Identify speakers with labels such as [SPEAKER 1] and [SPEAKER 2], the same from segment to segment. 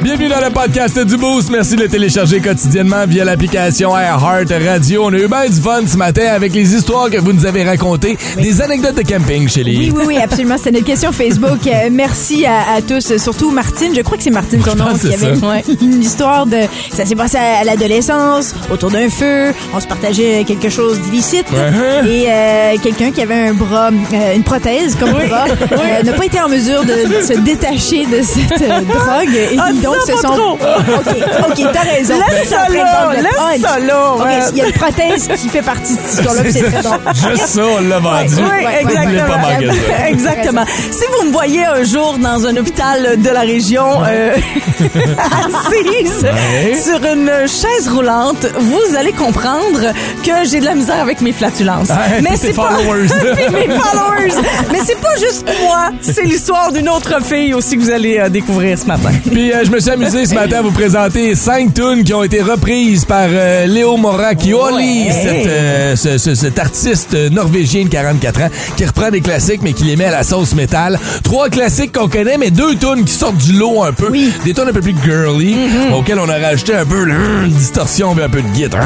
[SPEAKER 1] Bienvenue dans le podcast du Boost. Merci de le télécharger quotidiennement via l'application AirHeart Radio. On a eu bien du fun ce matin avec les histoires que vous nous avez racontées, des anecdotes de camping, Chélie.
[SPEAKER 2] Oui, oui, oui, absolument. C'était notre question Facebook. Euh, merci à, à tous, euh, surtout Martine. Je crois que c'est Martine, ton
[SPEAKER 1] Je
[SPEAKER 2] nom,
[SPEAKER 1] pense que
[SPEAKER 2] qui
[SPEAKER 1] c'est
[SPEAKER 2] avait
[SPEAKER 1] ça.
[SPEAKER 2] ouais, une histoire de. Ça s'est passé à, à l'adolescence, autour d'un feu. On se partageait quelque chose d'illicite.
[SPEAKER 3] hein?
[SPEAKER 1] Ouais.
[SPEAKER 2] Et euh, quelqu'un qui avait un bras, euh, une prothèse comme bras, euh, n'a pas été en mesure de se détacher de cette euh, drogue. Et donc,
[SPEAKER 3] Ah, ça
[SPEAKER 2] se
[SPEAKER 3] pas
[SPEAKER 2] sont.
[SPEAKER 3] trop.
[SPEAKER 2] OK, OK, t'as raison.
[SPEAKER 3] Laisse ça
[SPEAKER 2] Ils sont en
[SPEAKER 3] là,
[SPEAKER 2] train de vendre le punch.
[SPEAKER 3] laisse ça là,
[SPEAKER 2] OK,
[SPEAKER 3] ouais.
[SPEAKER 2] il y a une prothèse qui fait partie de cette histoire-là, puis c'est très drôle.
[SPEAKER 1] Juste ça, on l'a vendu.
[SPEAKER 2] Ouais,
[SPEAKER 3] Oui,
[SPEAKER 2] ouais,
[SPEAKER 1] Vous voulez
[SPEAKER 3] exactement.
[SPEAKER 1] pas manquer ça.
[SPEAKER 3] exactement. Si vous me voyez un jour dans un hôpital de la région euh, assise
[SPEAKER 1] Ouais.
[SPEAKER 3] sur une chaise roulante, vous allez comprendre que j'ai de la misère avec mes flatulences.
[SPEAKER 1] Ouais, tes followers.
[SPEAKER 3] Puis mes followers. Mais c'est pas juste moi, c'est l'histoire d'une autre fille aussi que vous allez euh, découvrir ce matin.
[SPEAKER 1] Puis euh, je me suis amusé ce matin à vous présenter cinq tunes qui ont été reprises par euh, Léo Moracchioli,
[SPEAKER 3] Ouais.
[SPEAKER 1] cette, euh, ce- ce- cet artiste norvégien de 44 ans qui reprend des classiques mais qui les met à la sauce métal. Trois classiques qu'on connaît mais deux tunes qui sortent du lot un peu,
[SPEAKER 2] Oui.
[SPEAKER 1] des tunes un peu plus girly
[SPEAKER 3] Mm-hmm.
[SPEAKER 1] auxquelles on a rajouté un peu le distorsion mais un peu de guitare.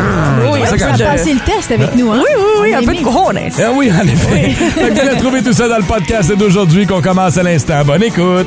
[SPEAKER 3] Oui,
[SPEAKER 1] Comme ça,
[SPEAKER 2] Ça
[SPEAKER 1] quand
[SPEAKER 2] a
[SPEAKER 1] je-
[SPEAKER 2] passé le test avec nous, hein?
[SPEAKER 3] Oui, oui, oui,
[SPEAKER 2] On
[SPEAKER 3] un
[SPEAKER 2] a
[SPEAKER 3] peu de
[SPEAKER 2] aimé.
[SPEAKER 3] grogness.
[SPEAKER 1] Ah oui, en effet. Fait que vous allez trouver tout ça dans le podcast d'aujourd'hui qu'on commence à l'instant. Bonne écoute.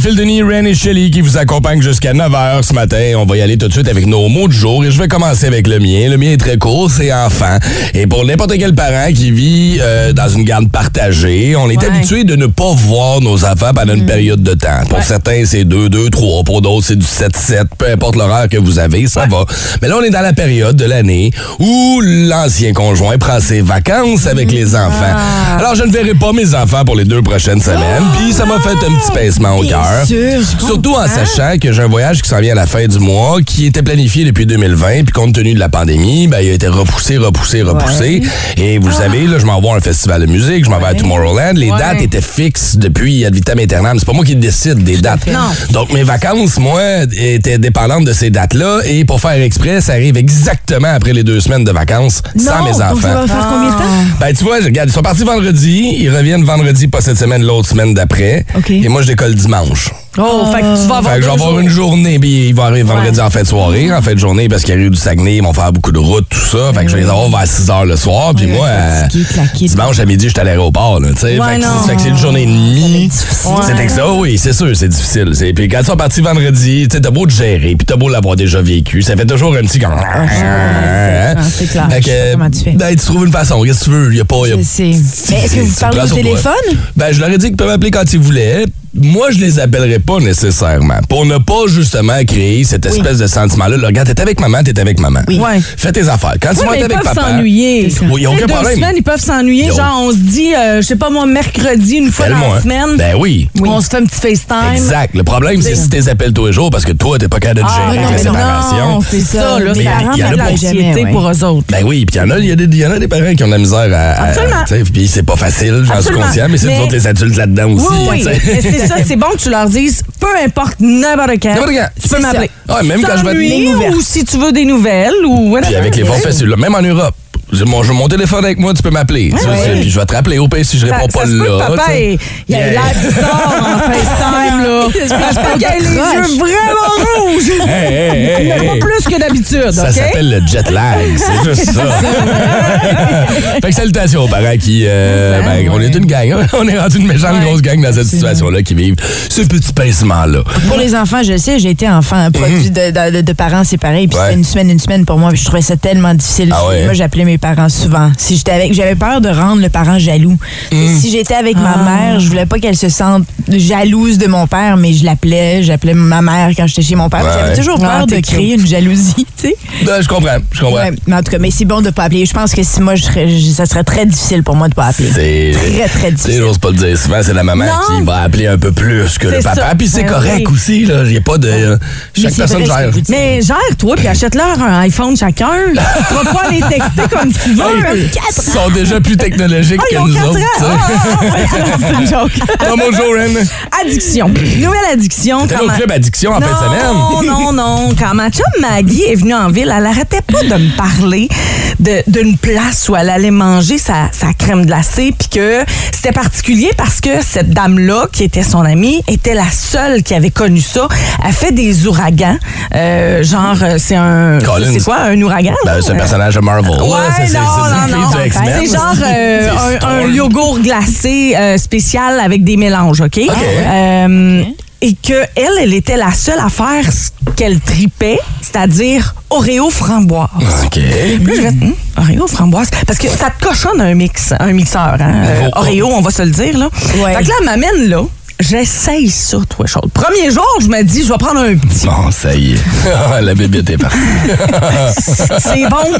[SPEAKER 1] Phil Denis, Ren et Shelly qui vous accompagnent jusqu'à 9h ce matin. On va y aller tout de suite avec nos mots du jour et je vais commencer avec le mien. Le mien est très court, c'est enfant. Et pour n'importe quel parent qui vit euh, dans une garde partagée, on est habitué de ne pas voir nos enfants pendant une période de temps. Pour certains, c'est 2-2-3. Pour d'autres, c'est du 7-7. Peu importe l'horaire que vous avez, ça va. Mais là, on est dans la période de l'année où l'ancien conjoint prend ses vacances avec les enfants. Alors, je ne verrai pas mes enfants pour les deux prochaines
[SPEAKER 2] Hein?
[SPEAKER 1] semaines.
[SPEAKER 2] Ah.
[SPEAKER 1] Puis, ça m'a fait un petit pincement au cœur. Surtout en sachant que j'ai un voyage qui s'en vient à la fin du mois, qui était planifié depuis 2020. Puis, compte tenu de la pandémie, ben, il a été repoussé, repoussé, repoussé. Et vous le
[SPEAKER 2] Ah.
[SPEAKER 1] savez, là, je m'en vais à un festival de musique, je m'en vais à Tomorrowland. Les dates étaient fixes depuis ad vitam aeternam. C'est pas moi qui décide des dates. Donc, mes vacances, moi, étaient dépendantes de ces dates-là. Et pour faire exprès, ça arrive exactement après les deux semaines de vacances sans
[SPEAKER 2] Non,
[SPEAKER 1] mes
[SPEAKER 2] donc ça
[SPEAKER 1] enfants.
[SPEAKER 2] va faire combien de temps?
[SPEAKER 1] Ben, tu vois, regarde, ils sont partis vendredi, ils reviennent vendredi, pas cette semaine, l'autre semaine d'après.
[SPEAKER 2] OK.
[SPEAKER 1] Et moi, je décolle dimanche.
[SPEAKER 3] Oh, fait que tu vas avoir
[SPEAKER 1] Fait que je vais
[SPEAKER 3] deux
[SPEAKER 1] avoir
[SPEAKER 3] jours.
[SPEAKER 1] une journée, puis ils vont arriver vendredi en fin de soirée, en fin de journée, parce qu'il y a eu du Saguenay, ils vont faire beaucoup de route, tout ça. Fait que je vais les avoir vers 6 h le soir, puis moi, euh, dimanche à midi, je suis à l'aéroport, là, tu sais.
[SPEAKER 3] Ouais,
[SPEAKER 1] fait que
[SPEAKER 3] non.
[SPEAKER 1] c'est- fait que c'est une journée et demie. C'est
[SPEAKER 3] Ouais.
[SPEAKER 1] ex- ah oui, c'est sûr, c'est difficile. C'est- Puis quand ils sont partis vendredi, tu sais, t'as beau te gérer, puis t'as beau l'avoir déjà vécu, ça fait toujours un petit gang.
[SPEAKER 2] Ah, c'est clair. Je sais pas comment tu fais.
[SPEAKER 1] Ben, tu trouves une façon, qu'est-ce que tu veux? Y a pas, y a-
[SPEAKER 2] Je sais. Mais est-ce que vous
[SPEAKER 1] tu
[SPEAKER 2] parlez au
[SPEAKER 1] places au
[SPEAKER 2] téléphone?
[SPEAKER 1] bois. Ben, je leur ai dit qu'ils peuvent m'appeler quand ils voulaient. Moi, je les appellerai pas nécessairement. Pour ne pas, justement, créer cette espèce de sentiment-là. Là, regarde, t'es avec maman, t'es avec maman.
[SPEAKER 3] Oui. Ouais.
[SPEAKER 1] Fais tes affaires. Quand tu
[SPEAKER 3] Oui,
[SPEAKER 1] vas
[SPEAKER 3] mais
[SPEAKER 1] être
[SPEAKER 3] ils
[SPEAKER 1] avec
[SPEAKER 3] peuvent
[SPEAKER 1] papa.
[SPEAKER 3] s'ennuyer.
[SPEAKER 1] C'est ça. Oui, y a aucun
[SPEAKER 3] Tu sais, deux
[SPEAKER 1] problème.
[SPEAKER 3] semaines, ils peuvent s'ennuyer.
[SPEAKER 1] Yo.
[SPEAKER 3] Genre, on se dit, euh, je sais pas moi, mercredi, une fois dans
[SPEAKER 1] Appelle-moi,
[SPEAKER 3] la
[SPEAKER 1] hein.
[SPEAKER 3] semaine,
[SPEAKER 1] Ben oui.
[SPEAKER 3] on se fait un petit FaceTime.
[SPEAKER 1] Exact. Le problème, c'est si t'es appelles tous les jours parce que toi, t'es pas capable de te gérer
[SPEAKER 2] non,
[SPEAKER 1] avec la
[SPEAKER 2] mais non.
[SPEAKER 1] séparation.
[SPEAKER 3] Ah, Non, c'est ça, là.
[SPEAKER 2] Mais
[SPEAKER 3] Ça
[SPEAKER 1] il y en
[SPEAKER 3] rend
[SPEAKER 1] a
[SPEAKER 3] de
[SPEAKER 1] pour-
[SPEAKER 3] l'anxiété
[SPEAKER 2] jamais,
[SPEAKER 3] pour eux autres.
[SPEAKER 1] Ben oui, puis il y en a, il y, a des- il y en a des parents qui ont de la misère à- à.
[SPEAKER 3] Absolument.
[SPEAKER 1] tu sais, Puis c'est pas facile, j'en suis
[SPEAKER 3] Absolument.
[SPEAKER 1] conscient, mais c'est nous
[SPEAKER 3] Mais-
[SPEAKER 1] autres les adultes là-dedans aussi.
[SPEAKER 3] Oui, oui.
[SPEAKER 1] tu sais.
[SPEAKER 3] Mais c'est ça, c'est bon que tu leur dises, peu importe, n'importe quand,
[SPEAKER 1] N'importe quand.
[SPEAKER 3] tu peux
[SPEAKER 1] C'est ça.
[SPEAKER 3] m'appeler.
[SPEAKER 1] Ouais, même quand je vais-
[SPEAKER 3] S'ennuyer
[SPEAKER 1] Ligne ouverte.
[SPEAKER 3] ou si tu veux des nouvelles ou
[SPEAKER 1] Puis avec les forfaits, c'est là. Même en Europe. J'ai mon, j'ai mon téléphone avec moi, tu peux m'appeler. Tu sais, Puis je vais te rappeler au pays si je
[SPEAKER 3] Ça,
[SPEAKER 1] réponds
[SPEAKER 3] Ah ça
[SPEAKER 1] pas
[SPEAKER 3] se peut que
[SPEAKER 1] là. tu
[SPEAKER 3] papa,
[SPEAKER 1] sais.
[SPEAKER 3] est- il a
[SPEAKER 1] Yeah.
[SPEAKER 3] l'air bizarre en FaceTime, là. Je pense qu'il a les yeux vraiment rouges.
[SPEAKER 1] Hey, hey, hey,
[SPEAKER 3] Il en a
[SPEAKER 1] hey.
[SPEAKER 3] Pas plus que d'habitude,
[SPEAKER 1] Ça
[SPEAKER 3] OK?
[SPEAKER 1] s'appelle le jet lag, c'est juste ça. fait que salutations aux parents qui. euh, ben, On est une gang, hein? on est rendu une méchante grosse gang dans cette situation-là qui vivent ce petit pincement-là.
[SPEAKER 2] Pour les enfants, je le sais, j'ai été enfant, un produit de, de- de- de parents séparés,
[SPEAKER 1] Mhm.
[SPEAKER 2] puis
[SPEAKER 1] Ouais.
[SPEAKER 2] c'était une semaine, une semaine pour moi, puis je trouvais ça tellement difficile.
[SPEAKER 1] Ah ouais.
[SPEAKER 2] Moi, j'appelais mes parents souvent. Si j'étais avec, j'avais peur de rendre le parent jaloux.
[SPEAKER 1] Mhm.
[SPEAKER 2] Si j'étais avec ma
[SPEAKER 3] Ah.
[SPEAKER 2] mère, je voulais pas qu'elle se sente jalouse de mon père, mais je l'appelais, j'appelais ma mère quand j'étais chez mon père. J'avais
[SPEAKER 1] ouais.
[SPEAKER 2] toujours peur
[SPEAKER 3] Ah,
[SPEAKER 2] de
[SPEAKER 3] t'es
[SPEAKER 2] créer une jalousie, tu sais.
[SPEAKER 1] Ben, je comprends, je comprends.
[SPEAKER 2] Ouais, mais en tout cas, mais c'est bon de pas appeler. Je pense que si moi, je serais- je- ça serait très difficile pour moi de pas appeler.
[SPEAKER 1] C'est- Tu
[SPEAKER 2] Très, très
[SPEAKER 1] sais,
[SPEAKER 2] difficile.
[SPEAKER 1] j'ose pas le dire souvent, c'est la maman
[SPEAKER 3] Non.
[SPEAKER 1] qui va appeler un peu plus que le
[SPEAKER 3] C'est
[SPEAKER 1] papa.
[SPEAKER 3] ça.
[SPEAKER 1] Puis c'est
[SPEAKER 3] Ben
[SPEAKER 1] correct
[SPEAKER 3] oui.
[SPEAKER 1] aussi, là. Y a pas de. euh, chaque
[SPEAKER 2] c'est
[SPEAKER 1] personne
[SPEAKER 2] vrai ce que
[SPEAKER 1] gère.
[SPEAKER 2] vous dites.
[SPEAKER 3] Mais gère-toi, puis achète-leur un iPhone chacun. tu vas pouvoir les texter comme tu veux.
[SPEAKER 1] Hey, ils sont déjà plus technologiques
[SPEAKER 3] Ah, ils
[SPEAKER 1] que
[SPEAKER 3] ont
[SPEAKER 1] nous
[SPEAKER 3] 4 ans!
[SPEAKER 1] autres. tu sais.
[SPEAKER 3] Ah, ah, ah, ouais, alors, c'est une joke.
[SPEAKER 1] Tom O'Joran.
[SPEAKER 3] Addiction. Nouvelle addiction.
[SPEAKER 1] T'es
[SPEAKER 3] quand
[SPEAKER 1] au
[SPEAKER 3] ma-
[SPEAKER 1] club addiction en fin de
[SPEAKER 3] non,
[SPEAKER 1] semaine.
[SPEAKER 3] non, non. Quand ma chum Maggie est venue en ville, elle arrêtait pas de me parler de- d'une place où elle allait manger sa, sa crème glacée, puis que c'était particulier parce que cette dame-là, qui était son amie, était la seule qui avait connu ça. Elle fait des ouragans, euh, genre euh, c'est un,
[SPEAKER 1] Collins.
[SPEAKER 3] c'est quoi un ouragan Euh,
[SPEAKER 1] Ben, c'est un
[SPEAKER 3] là?
[SPEAKER 1] personnage de Marvel.
[SPEAKER 3] Ouais,
[SPEAKER 1] là. C'est- c'est-
[SPEAKER 3] non,
[SPEAKER 1] c'est une
[SPEAKER 3] non,
[SPEAKER 1] fille
[SPEAKER 3] non.
[SPEAKER 1] du X-Men.
[SPEAKER 3] C'est genre euh,
[SPEAKER 1] C'est
[SPEAKER 3] un, un
[SPEAKER 1] Storm.
[SPEAKER 3] yogourt glacé euh, spécial avec des mélanges, OK? Euh, et que elle, elle était la seule à faire ce qu'elle tripait, c'est-à-dire Oreo framboise.
[SPEAKER 1] OK.
[SPEAKER 3] Puis là, je vais, Hum, Oreo framboise. Parce que ça te cochonne un mix, un mixeur. Hein? Euh,
[SPEAKER 1] Oh.
[SPEAKER 3] Oreo, on va se le dire. Là.
[SPEAKER 2] Ouais.
[SPEAKER 3] Fait que là, elle m'amène là. J'essaye ça, toi, Charles. Premier jour, je me dis, je vais prendre un petit.
[SPEAKER 1] Bon, ça y est. Ah, la bébé est partie.
[SPEAKER 3] C'est bon.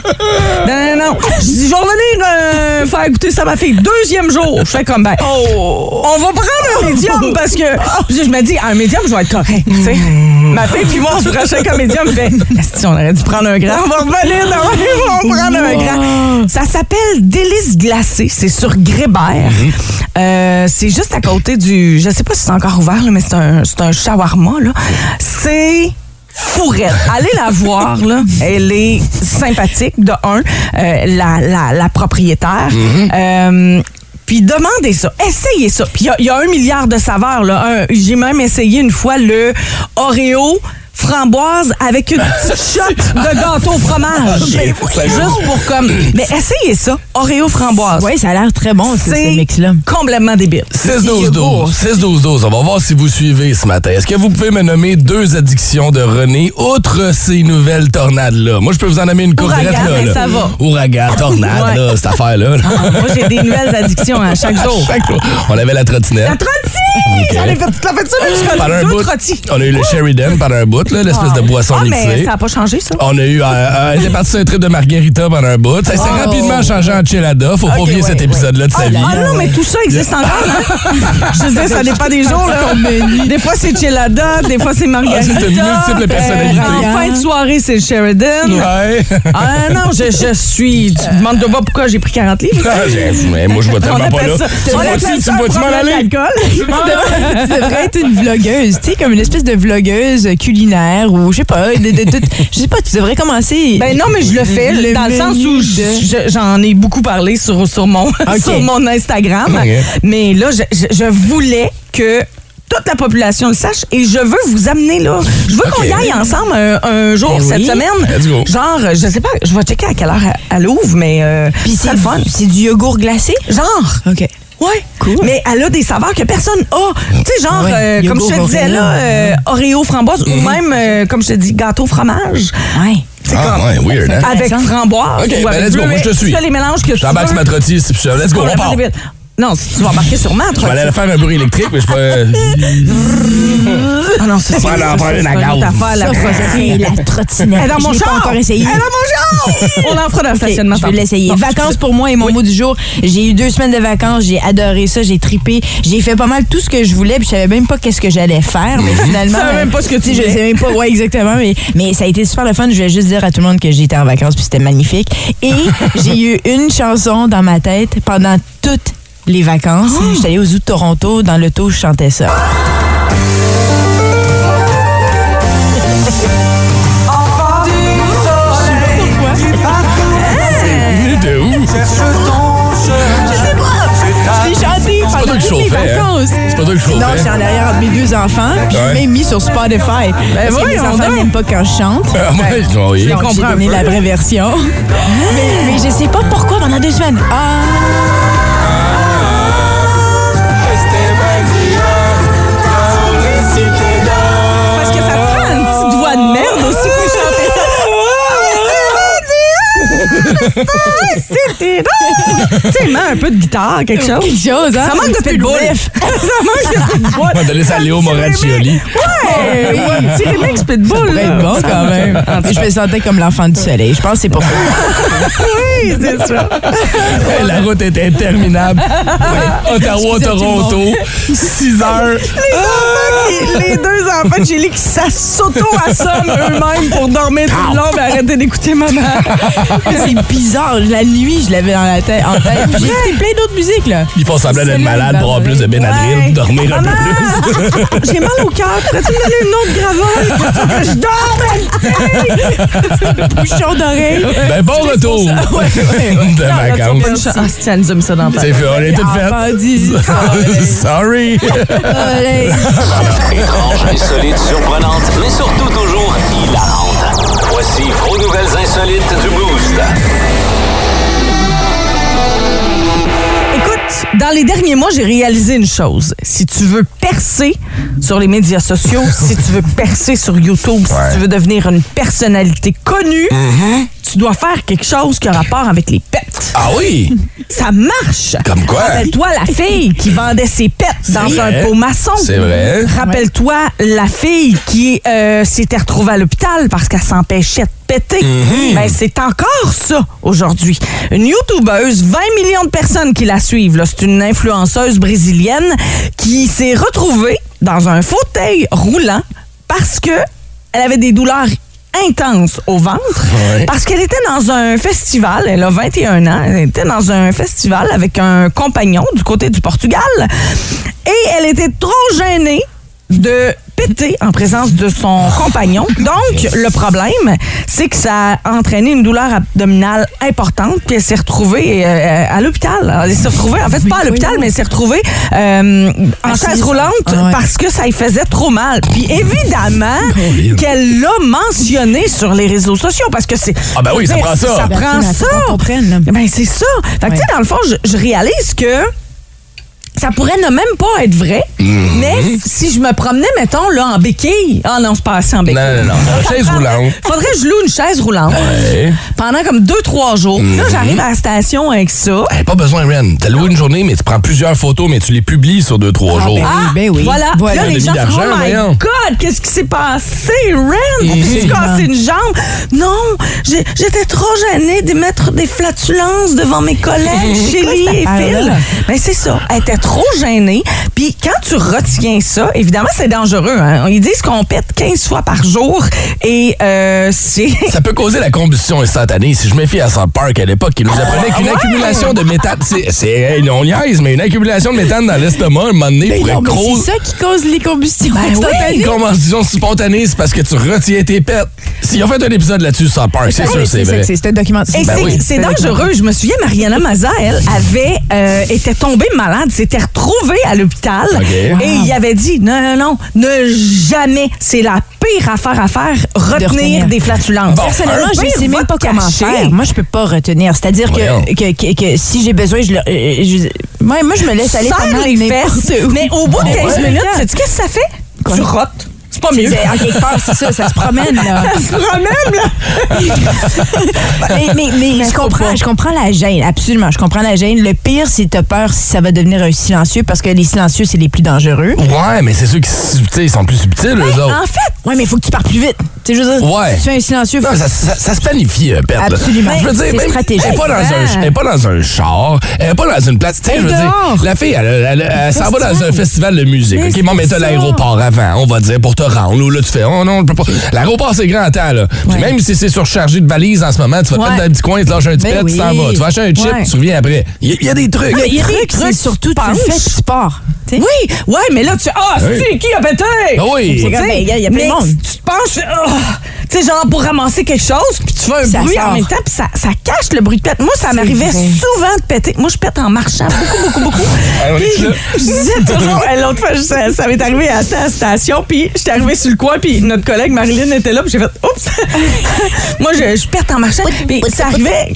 [SPEAKER 3] Non, non, non. Je dis, je vais revenir euh, faire goûter ça à ma fille. Deuxième jour, je fais comme ben. On va prendre un médium parce que oh, je me dis, un médium, je vais être correct. tu sais. Ma fille, puis moi, on se prochain comme médium. Je fais, Esti, on aurait dû prendre un grand. On va revenir, on va prendre un grand. Ça s'appelle Délice glacée. C'est sur Grébert. Euh, c'est juste à côté du. Je sais pas si c'est encore ouvert, là, mais c'est un, c'est un shawarma. là. C'est fourrette. Allez la voir, là. Elle est sympathique, de un, euh, la, la, la propriétaire. Euh, puis demandez ça, essayez ça. Puis il y a- il y, a un milliard de saveurs. là. Un- J'ai même essayé une fois le Oreo framboise avec une petite shot de gâteau au fromage. Ben,
[SPEAKER 1] J'ai-
[SPEAKER 3] Juste pour comme... Mais essayez ça, Oreo framboise.
[SPEAKER 2] Oui, ça a l'air très bon, ce, ce
[SPEAKER 3] C'est
[SPEAKER 2] mix-là.
[SPEAKER 3] complètement débile.
[SPEAKER 1] 6-12-12. 6-12-12. On va voir si vous suivez ce matin. Est-ce que vous pouvez me nommer deux addictions de René, outre ces nouvelles tornades-là? Moi, je peux vous en nommer une coupe
[SPEAKER 3] Ouragan,
[SPEAKER 1] drette, là,
[SPEAKER 3] ben,
[SPEAKER 1] là.
[SPEAKER 3] ça va.
[SPEAKER 1] Ouragan, tornade,
[SPEAKER 3] Ouais.
[SPEAKER 1] là, cette affaire-là. là.
[SPEAKER 3] Ah, moi, j'ai des nouvelles addictions à chaque jour.
[SPEAKER 1] Chaque jour. On avait la trottinette.
[SPEAKER 3] La trottie! J'en ai fait toute la fête
[SPEAKER 1] Par un
[SPEAKER 3] deux
[SPEAKER 1] bout.
[SPEAKER 3] trottis.
[SPEAKER 1] On a eu le Sheridan pendant un bout, là, l'espèce de boisson
[SPEAKER 3] Ah, mais
[SPEAKER 1] mixée.
[SPEAKER 3] ça n'a pas changé, ça.
[SPEAKER 1] On a eu. euh, euh, il est parti sur un trip de margarita pendant un bout. Ça s'est
[SPEAKER 3] Oh.
[SPEAKER 1] rapidement changé en chillada. Faut pas
[SPEAKER 3] Ok,
[SPEAKER 1] oublier
[SPEAKER 3] ouais,
[SPEAKER 1] cet
[SPEAKER 3] ouais.
[SPEAKER 1] épisode-là de sa
[SPEAKER 3] Ah,
[SPEAKER 1] vie.
[SPEAKER 3] ah non, mais tout ça existe encore. hein? Je veux dire, ça dépend des jours. Là. Des fois, c'est Chilada, des fois, c'est
[SPEAKER 1] Ah,
[SPEAKER 3] Margarita.
[SPEAKER 1] c'est une multiple
[SPEAKER 3] Euh,
[SPEAKER 1] personnalité.
[SPEAKER 3] en fin de soirée, c'est le Sheridan.
[SPEAKER 1] Ouais.
[SPEAKER 3] Ah non, je, je suis... Tu me demandes de voir pourquoi j'ai pris 40 livres.
[SPEAKER 1] Ah, j'ai- mais moi, je vois
[SPEAKER 3] On
[SPEAKER 1] tellement pas
[SPEAKER 3] appelle
[SPEAKER 1] là.
[SPEAKER 3] ça...
[SPEAKER 1] Tu
[SPEAKER 3] on
[SPEAKER 1] vois-tu-
[SPEAKER 3] appelle
[SPEAKER 1] tu
[SPEAKER 3] ça un
[SPEAKER 1] vois-tu m'en
[SPEAKER 3] problème
[SPEAKER 1] aller?
[SPEAKER 3] d'alcool.
[SPEAKER 2] Tu devrais- tu devrais être une vlogueuse, tu sais, comme une espèce de vlogueuse culinaire ou je sais pas, de- de- de- je sais pas, tu devrais commencer.
[SPEAKER 3] Ben non, mais je le fais
[SPEAKER 2] Le
[SPEAKER 3] dans le sens
[SPEAKER 2] menu
[SPEAKER 3] où
[SPEAKER 2] de-
[SPEAKER 3] je- je- j'en ai beaucoup parlé sur, sur, mon, sur mon Instagram.
[SPEAKER 1] Ok.
[SPEAKER 3] Mais là, je, je- je voulais que toute la population le sache et je veux vous amener là. Je veux qu'on y aille ensemble un, un jour
[SPEAKER 2] Ben
[SPEAKER 3] cette
[SPEAKER 2] oui.
[SPEAKER 3] semaine.
[SPEAKER 1] Let's go.
[SPEAKER 3] Genre, je sais pas, je vais checker à quelle heure elle ouvre, mais euh,
[SPEAKER 2] Puis
[SPEAKER 3] ça
[SPEAKER 2] c'est
[SPEAKER 3] le fun.
[SPEAKER 2] du- c'est du yogourt glacé.
[SPEAKER 3] Genre.
[SPEAKER 2] Ok.
[SPEAKER 3] Ouais,
[SPEAKER 2] Cool.
[SPEAKER 3] mais elle a des saveurs que personne a. Tu sais, genre,
[SPEAKER 2] Ouais,
[SPEAKER 3] euh, comme je te
[SPEAKER 2] yogourt Mm-hmm.
[SPEAKER 3] disais
[SPEAKER 2] Oreo.
[SPEAKER 3] là, euh, Oreo framboise ou même, euh, comme je te dis, gâteau fromage.
[SPEAKER 2] Ouais.
[SPEAKER 3] C'est
[SPEAKER 1] Ah,
[SPEAKER 3] comme-
[SPEAKER 1] ouais, weird, hein?
[SPEAKER 3] Avec framboise.
[SPEAKER 1] Ok,
[SPEAKER 3] ou
[SPEAKER 1] ben,
[SPEAKER 3] avec
[SPEAKER 1] let's go,
[SPEAKER 3] bleu,
[SPEAKER 1] moi, je te
[SPEAKER 3] mais
[SPEAKER 1] suis.
[SPEAKER 3] Tu fais les mélanges que tu
[SPEAKER 1] J'embarque sur
[SPEAKER 3] veux.
[SPEAKER 1] ma trottie, si je suis là. Let's go, on
[SPEAKER 3] Complètement
[SPEAKER 1] part.
[SPEAKER 3] débile. Non, si tu vas embarquer sûrement.
[SPEAKER 1] Je vais aller faire un bruit électrique, mais je euh,
[SPEAKER 3] Euh,
[SPEAKER 1] peux.
[SPEAKER 3] Ah non, c'est
[SPEAKER 1] Prendre-
[SPEAKER 3] ça,
[SPEAKER 1] prendre
[SPEAKER 3] c'est
[SPEAKER 1] la
[SPEAKER 3] une
[SPEAKER 1] gaz.
[SPEAKER 3] affaire, Ah, la
[SPEAKER 2] Ça, faut essayer la trottinette.
[SPEAKER 3] Elle est dans
[SPEAKER 2] Je
[SPEAKER 3] mon
[SPEAKER 2] l'ai pas
[SPEAKER 3] char.
[SPEAKER 2] encore essayé.
[SPEAKER 3] Elle est dans mon char. On en fera dans
[SPEAKER 2] Ok,
[SPEAKER 3] le stationnement.
[SPEAKER 2] Je vais l'essayer. Vacances pour moi et mon mot du jour. J'ai eu deux semaines de vacances, j'ai adoré ça, j'ai tripé, j'ai fait pas mal tout ce que je voulais, puis je savais même pas qu'est-ce que j'allais faire, mais finalement.
[SPEAKER 3] Tu savais même pas ce que tu
[SPEAKER 2] sais, Je
[SPEAKER 3] voulais.
[SPEAKER 2] sais même pas, ouais, exactement, mais, mais ça a été super le fun. Je voulais juste dire à tout le monde que j'étais en vacances, puis c'était magnifique. Et j'ai eu une chanson dans ma tête pendant toutes les vacances.
[SPEAKER 3] Oh!
[SPEAKER 2] Je suis allée au Zoo de Toronto, dans l'auto, je chantais ça.
[SPEAKER 1] Il est de où?
[SPEAKER 2] J'ai
[SPEAKER 1] C'est
[SPEAKER 2] chanté
[SPEAKER 1] pas toi
[SPEAKER 2] pendant
[SPEAKER 1] qui
[SPEAKER 2] toutes les
[SPEAKER 1] chauffais. hein?
[SPEAKER 2] vacances.
[SPEAKER 1] C'est pas toi qui
[SPEAKER 2] Non, je suis
[SPEAKER 1] chauffais.
[SPEAKER 2] en arrière entre mes deux enfants. puis Je
[SPEAKER 1] Ouais. Ben
[SPEAKER 2] l'ai même mis sur Spotify. parce que mes
[SPEAKER 3] voyons
[SPEAKER 2] enfants
[SPEAKER 3] donc.
[SPEAKER 2] n'aiment pas quand je chante.
[SPEAKER 1] Ah, ouais, je vais-
[SPEAKER 2] Donc,
[SPEAKER 3] comprends
[SPEAKER 2] j'ai
[SPEAKER 3] un
[SPEAKER 2] donné
[SPEAKER 3] peu.
[SPEAKER 2] la vraie version. mais, mais je sais pas pourquoi pendant deux semaines. Ah,
[SPEAKER 3] Parce que ça te prend une petite voix de merde aussi pour chanter ça. C'était Tu sais, il manque un peu de guitare, quelque chose.
[SPEAKER 2] quelque chose, hein?
[SPEAKER 3] Ça manque de pitbull. ça manque de pitbull.
[SPEAKER 1] On va donner ça à Léo Moraccioli.
[SPEAKER 3] Ouais! Un petit remix pitbull.
[SPEAKER 2] Ça pourrait
[SPEAKER 3] là.
[SPEAKER 2] être bon quand même. Je me sentais comme l'enfant du soleil. Je pense que c'est pas faux.
[SPEAKER 3] Oui, c'est ça.
[SPEAKER 1] Hey, la route est interminable. Ouais, Ottawa-Toronto, 6 heures.
[SPEAKER 3] Les, enfants qui- les deux enfants de Chili qui s'a- s'auto-assomment eux-mêmes pour dormir tout le long et arrêter d'écouter maman.
[SPEAKER 2] C'est bizarre. La nuit, je l'avais dans la tête. En tête. J'ai écouté plein d'autres musiques, là.
[SPEAKER 1] Ils font semblant d'être
[SPEAKER 2] Salut,
[SPEAKER 1] malades pour avoir plus
[SPEAKER 2] Barbara.
[SPEAKER 1] de Benadryl,
[SPEAKER 3] Ouais.
[SPEAKER 1] dormir un peu
[SPEAKER 3] Maman,
[SPEAKER 1] plus.
[SPEAKER 3] j'ai mal au cœur. Pourrais-tu me donner une autre gravole? Que je dors!
[SPEAKER 2] Bouchon d'oreille.
[SPEAKER 1] Ben, bon retour de vacances.
[SPEAKER 3] chance. Elle nous a mis Ah, ça dans la
[SPEAKER 1] C'est fait, on est toutes faites.
[SPEAKER 2] Bandit.
[SPEAKER 1] Sorry.
[SPEAKER 2] Soleil.
[SPEAKER 4] Étrange, insolite, surprenante, mais surtout toujours hilarante. Voici vos nouvelles insolites du Boost.
[SPEAKER 3] Écoute, dans les derniers mois, j'ai réalisé une chose. Si tu veux percer sur les médias sociaux, si tu veux percer sur YouTube, si tu veux devenir une personnalité connue, tu dois faire quelque chose qui a rapport avec les pets.
[SPEAKER 1] Ah oui?
[SPEAKER 3] Ça marche!
[SPEAKER 1] Comme quoi?
[SPEAKER 3] Rappelle-toi la fille qui vendait ses pets dans
[SPEAKER 1] vrai.
[SPEAKER 3] un pot maçon.
[SPEAKER 1] C'est vrai.
[SPEAKER 3] Rappelle-toi la fille qui euh, s'était retrouvée à l'hôpital parce qu'elle s'empêchait de péter.
[SPEAKER 1] Mhm.
[SPEAKER 3] Ben, c'est encore ça aujourd'hui. Une YouTubeuse, 20 millions de personnes qui la suivent. là. C'est une influenceuse brésilienne qui s'est retrouvée dans un fauteuil roulant parce que elle avait des douleurs intenses au ventre
[SPEAKER 1] Ouais.
[SPEAKER 3] parce qu'elle était dans un festival, elle a 21 ans, elle était dans un festival avec un compagnon du côté du Portugal et elle était trop gênée de péter en présence de son compagnon. Donc, le problème, c'est que ça a entraîné une douleur abdominale importante, puis elle s'est retrouvée euh, à l'hôpital. Elle s'est retrouvée, en fait, pas à l'hôpital, mais elle s'est retrouvée euh, en
[SPEAKER 2] Assise.
[SPEAKER 3] chaise roulante
[SPEAKER 2] Ah ouais.
[SPEAKER 3] parce que ça lui faisait trop mal. Puis évidemment
[SPEAKER 1] Colin.
[SPEAKER 3] qu'elle l'a mentionné sur les réseaux sociaux parce que c'est
[SPEAKER 1] Ah ben oui, ça
[SPEAKER 3] Mais
[SPEAKER 1] prend ça.
[SPEAKER 3] Ça
[SPEAKER 2] Ben,
[SPEAKER 3] prend
[SPEAKER 2] tu vas-
[SPEAKER 3] ça.
[SPEAKER 2] faut qu'on comprenne, là.
[SPEAKER 3] Ben c'est ça. Fait que tu sais,
[SPEAKER 2] Ouais.
[SPEAKER 3] dans le fond, je, je réalise que ça pourrait ne même pas être vrai,
[SPEAKER 1] Mm-hmm.
[SPEAKER 3] mais si je me promenais, mettons, là, en béquille. Ah non, c'est pas assez en béquille.
[SPEAKER 1] Non, non, non. En chaise roulante.
[SPEAKER 3] Faudrait que je loue une chaise roulante
[SPEAKER 1] Ouais. Mm-hmm.
[SPEAKER 3] pendant comme deux, trois jours. Puis Là, j'arrive à la station avec ça.
[SPEAKER 1] Hey, pas besoin, Ren. T'as loué une journée, mais tu prends plusieurs photos, mais tu les publies sur deux, trois jours.
[SPEAKER 2] ben oui, ben oui.
[SPEAKER 3] Ah, Voilà.
[SPEAKER 2] Voilà.
[SPEAKER 3] Là, les
[SPEAKER 1] L'ennemi
[SPEAKER 3] gens disent,
[SPEAKER 1] d'argent,
[SPEAKER 3] oh my
[SPEAKER 1] voyons.
[SPEAKER 3] God, qu'est-ce qui s'est passé, Ren?
[SPEAKER 1] Mhm.
[SPEAKER 3] Tu cassé une jambe? Non, j'ai- j'étais trop gênée d'émettre des flatulences devant mes collègues, Chélie et Phil.
[SPEAKER 2] affaire-là?
[SPEAKER 3] Mais c'est ça, elle était trop gênée. Puis quand tu retiens ça, évidemment, c'est dangereux. hein. Ils disent qu'on pète 15 fois par jour et euh, c'est...
[SPEAKER 1] Ça peut causer la combustion instantanée. Si je me fie à South Park à l'époque, il nous
[SPEAKER 2] Ah,
[SPEAKER 1] apprenait qu'une accumulation de méthane, c'est, c'est hey, on niaise, mais une accumulation de méthane dans l'estomac, à un moment donné,
[SPEAKER 2] Ben
[SPEAKER 1] pourrait
[SPEAKER 2] non, mais
[SPEAKER 1] gros-
[SPEAKER 2] C'est ça qui cause les combustions instantanées.
[SPEAKER 1] Une combustion spontanée, c'est parce que tu retiens tes pets. S'ils ont fait un épisode là-dessus, South Park, c'est
[SPEAKER 2] Ah,
[SPEAKER 1] sûr,
[SPEAKER 2] mais
[SPEAKER 1] c'est
[SPEAKER 2] ça
[SPEAKER 1] vrai.
[SPEAKER 2] que C'est c'est un document.
[SPEAKER 3] Et
[SPEAKER 1] Ben
[SPEAKER 3] c'est-
[SPEAKER 1] oui.
[SPEAKER 3] c'est dangereux. Je me souviens, Mariana Maza, elle, avait, euh, était tombée malade, s'était retrouvée à l'hôpital.
[SPEAKER 1] OK.
[SPEAKER 3] Et il avait dit, non, non, non, ne jamais, c'est la pire affaire à faire, retenir,
[SPEAKER 2] retenir.
[SPEAKER 3] des flatulences.
[SPEAKER 2] Personnellement,
[SPEAKER 3] Un
[SPEAKER 2] je ne
[SPEAKER 3] pire
[SPEAKER 2] sais même
[SPEAKER 3] va
[SPEAKER 2] pas
[SPEAKER 3] te
[SPEAKER 2] comment
[SPEAKER 3] cacher.
[SPEAKER 2] faire. Moi, je peux pas retenir. C'est-à-dire
[SPEAKER 1] Voyons.
[SPEAKER 2] que, que, que, que si j'ai besoin, je, le- euh, je- ouais, moi, je me laisse aller
[SPEAKER 3] Serre
[SPEAKER 2] pendant
[SPEAKER 3] les
[SPEAKER 2] n'importe
[SPEAKER 3] fesses.
[SPEAKER 2] où. Ben
[SPEAKER 3] Mais au bout de
[SPEAKER 2] Ouais.
[SPEAKER 3] 15 minutes, sais-tu qu'est-ce que ça fait?
[SPEAKER 2] Quoi?
[SPEAKER 3] Tu rotes. C'est pas
[SPEAKER 2] C'est-
[SPEAKER 3] mieux.
[SPEAKER 2] c'est- En quelque part, c'est ça, ça se promène, là.
[SPEAKER 3] Ça se promène, là.
[SPEAKER 2] mais, mais, mais je comprends, je comprends la gêne, absolument. Je comprends la gêne. Le pire, c'est que t'as peur si ça va devenir un silencieux, parce que les silencieux, c'est les plus dangereux.
[SPEAKER 1] Ouais, mais c'est ceux qui tu sais, ils sont plus subtils, eux autres.
[SPEAKER 3] En fait,
[SPEAKER 2] Ouais, hein? mais il faut que tu partes plus vite. Tu sais, je veux dire,
[SPEAKER 1] Ouais.
[SPEAKER 2] si tu fais un silencieux,
[SPEAKER 1] Non,
[SPEAKER 2] faut-
[SPEAKER 1] ça, ça- ça se planifie, euh, perdre. là.
[SPEAKER 2] Absolument.
[SPEAKER 1] Je veux
[SPEAKER 2] C'est
[SPEAKER 1] dire, même,
[SPEAKER 2] stratégique.
[SPEAKER 1] Elle n'est pas, dans un-
[SPEAKER 3] Exact.
[SPEAKER 1] elle est pas dans un char, elle n'est pas dans une place. Tu sais, je veux dire,
[SPEAKER 2] dehors.
[SPEAKER 1] la fille, elle, elle- elle- elle s'en va dans un
[SPEAKER 2] Festival.
[SPEAKER 1] festival de musique.
[SPEAKER 2] Mais
[SPEAKER 1] OK, bon,
[SPEAKER 2] c'est
[SPEAKER 1] mais t'as
[SPEAKER 2] ça.
[SPEAKER 1] l'aéroport avant, on va dire, pour te rendre. Ou là, tu fais, oh non, on peut pas. L'aéroport, c'est grand temps, là. Puis
[SPEAKER 2] Ouais.
[SPEAKER 1] même si c'est surchargé de valises en ce moment, tu vas te
[SPEAKER 3] Ouais.
[SPEAKER 1] mettre dans un petit coin, tu lâches un petit
[SPEAKER 2] Ben
[SPEAKER 1] pet, tu t'en
[SPEAKER 2] oui. Ah,
[SPEAKER 1] vas. Tu vas acheter un chip,
[SPEAKER 3] Ouais.
[SPEAKER 1] tu reviens après. Il y, a- il y a des trucs.
[SPEAKER 2] le
[SPEAKER 3] il
[SPEAKER 2] truc,
[SPEAKER 3] truc,
[SPEAKER 2] c'est surtout tu le
[SPEAKER 3] penches.
[SPEAKER 2] fais, puis tu pars. Tu sais.
[SPEAKER 3] Ah oui, ouais, mais là, tu ah,
[SPEAKER 1] Oui.
[SPEAKER 3] c'est qui a pété?
[SPEAKER 1] Ah oui.
[SPEAKER 2] C'est comme, ben, gars, il y a plein de
[SPEAKER 3] mais
[SPEAKER 2] monde.
[SPEAKER 3] si Tu te penches, tu fais, Ah! tu sais, genre pour ramasser quelque chose, puis tu fais un
[SPEAKER 2] Ça
[SPEAKER 3] bruit en
[SPEAKER 2] sort.
[SPEAKER 3] même temps, puis ça, ça cache le bruit de pète. Moi, ça
[SPEAKER 2] C'est
[SPEAKER 3] m'arrivait
[SPEAKER 2] vrai.
[SPEAKER 3] souvent de péter. Moi, je pète en marchant beaucoup, beaucoup, beaucoup.
[SPEAKER 1] on est
[SPEAKER 3] Puis,
[SPEAKER 1] là.
[SPEAKER 3] je disais toujours, Hey, l'autre fois, je- ça, ça m'est arrivé à la station, puis j'étais arrivée sur le coin, puis notre collègue Marilyn était là, puis j'ai fait, oups! Moi, je, je pète en marchant, puis ça arrivait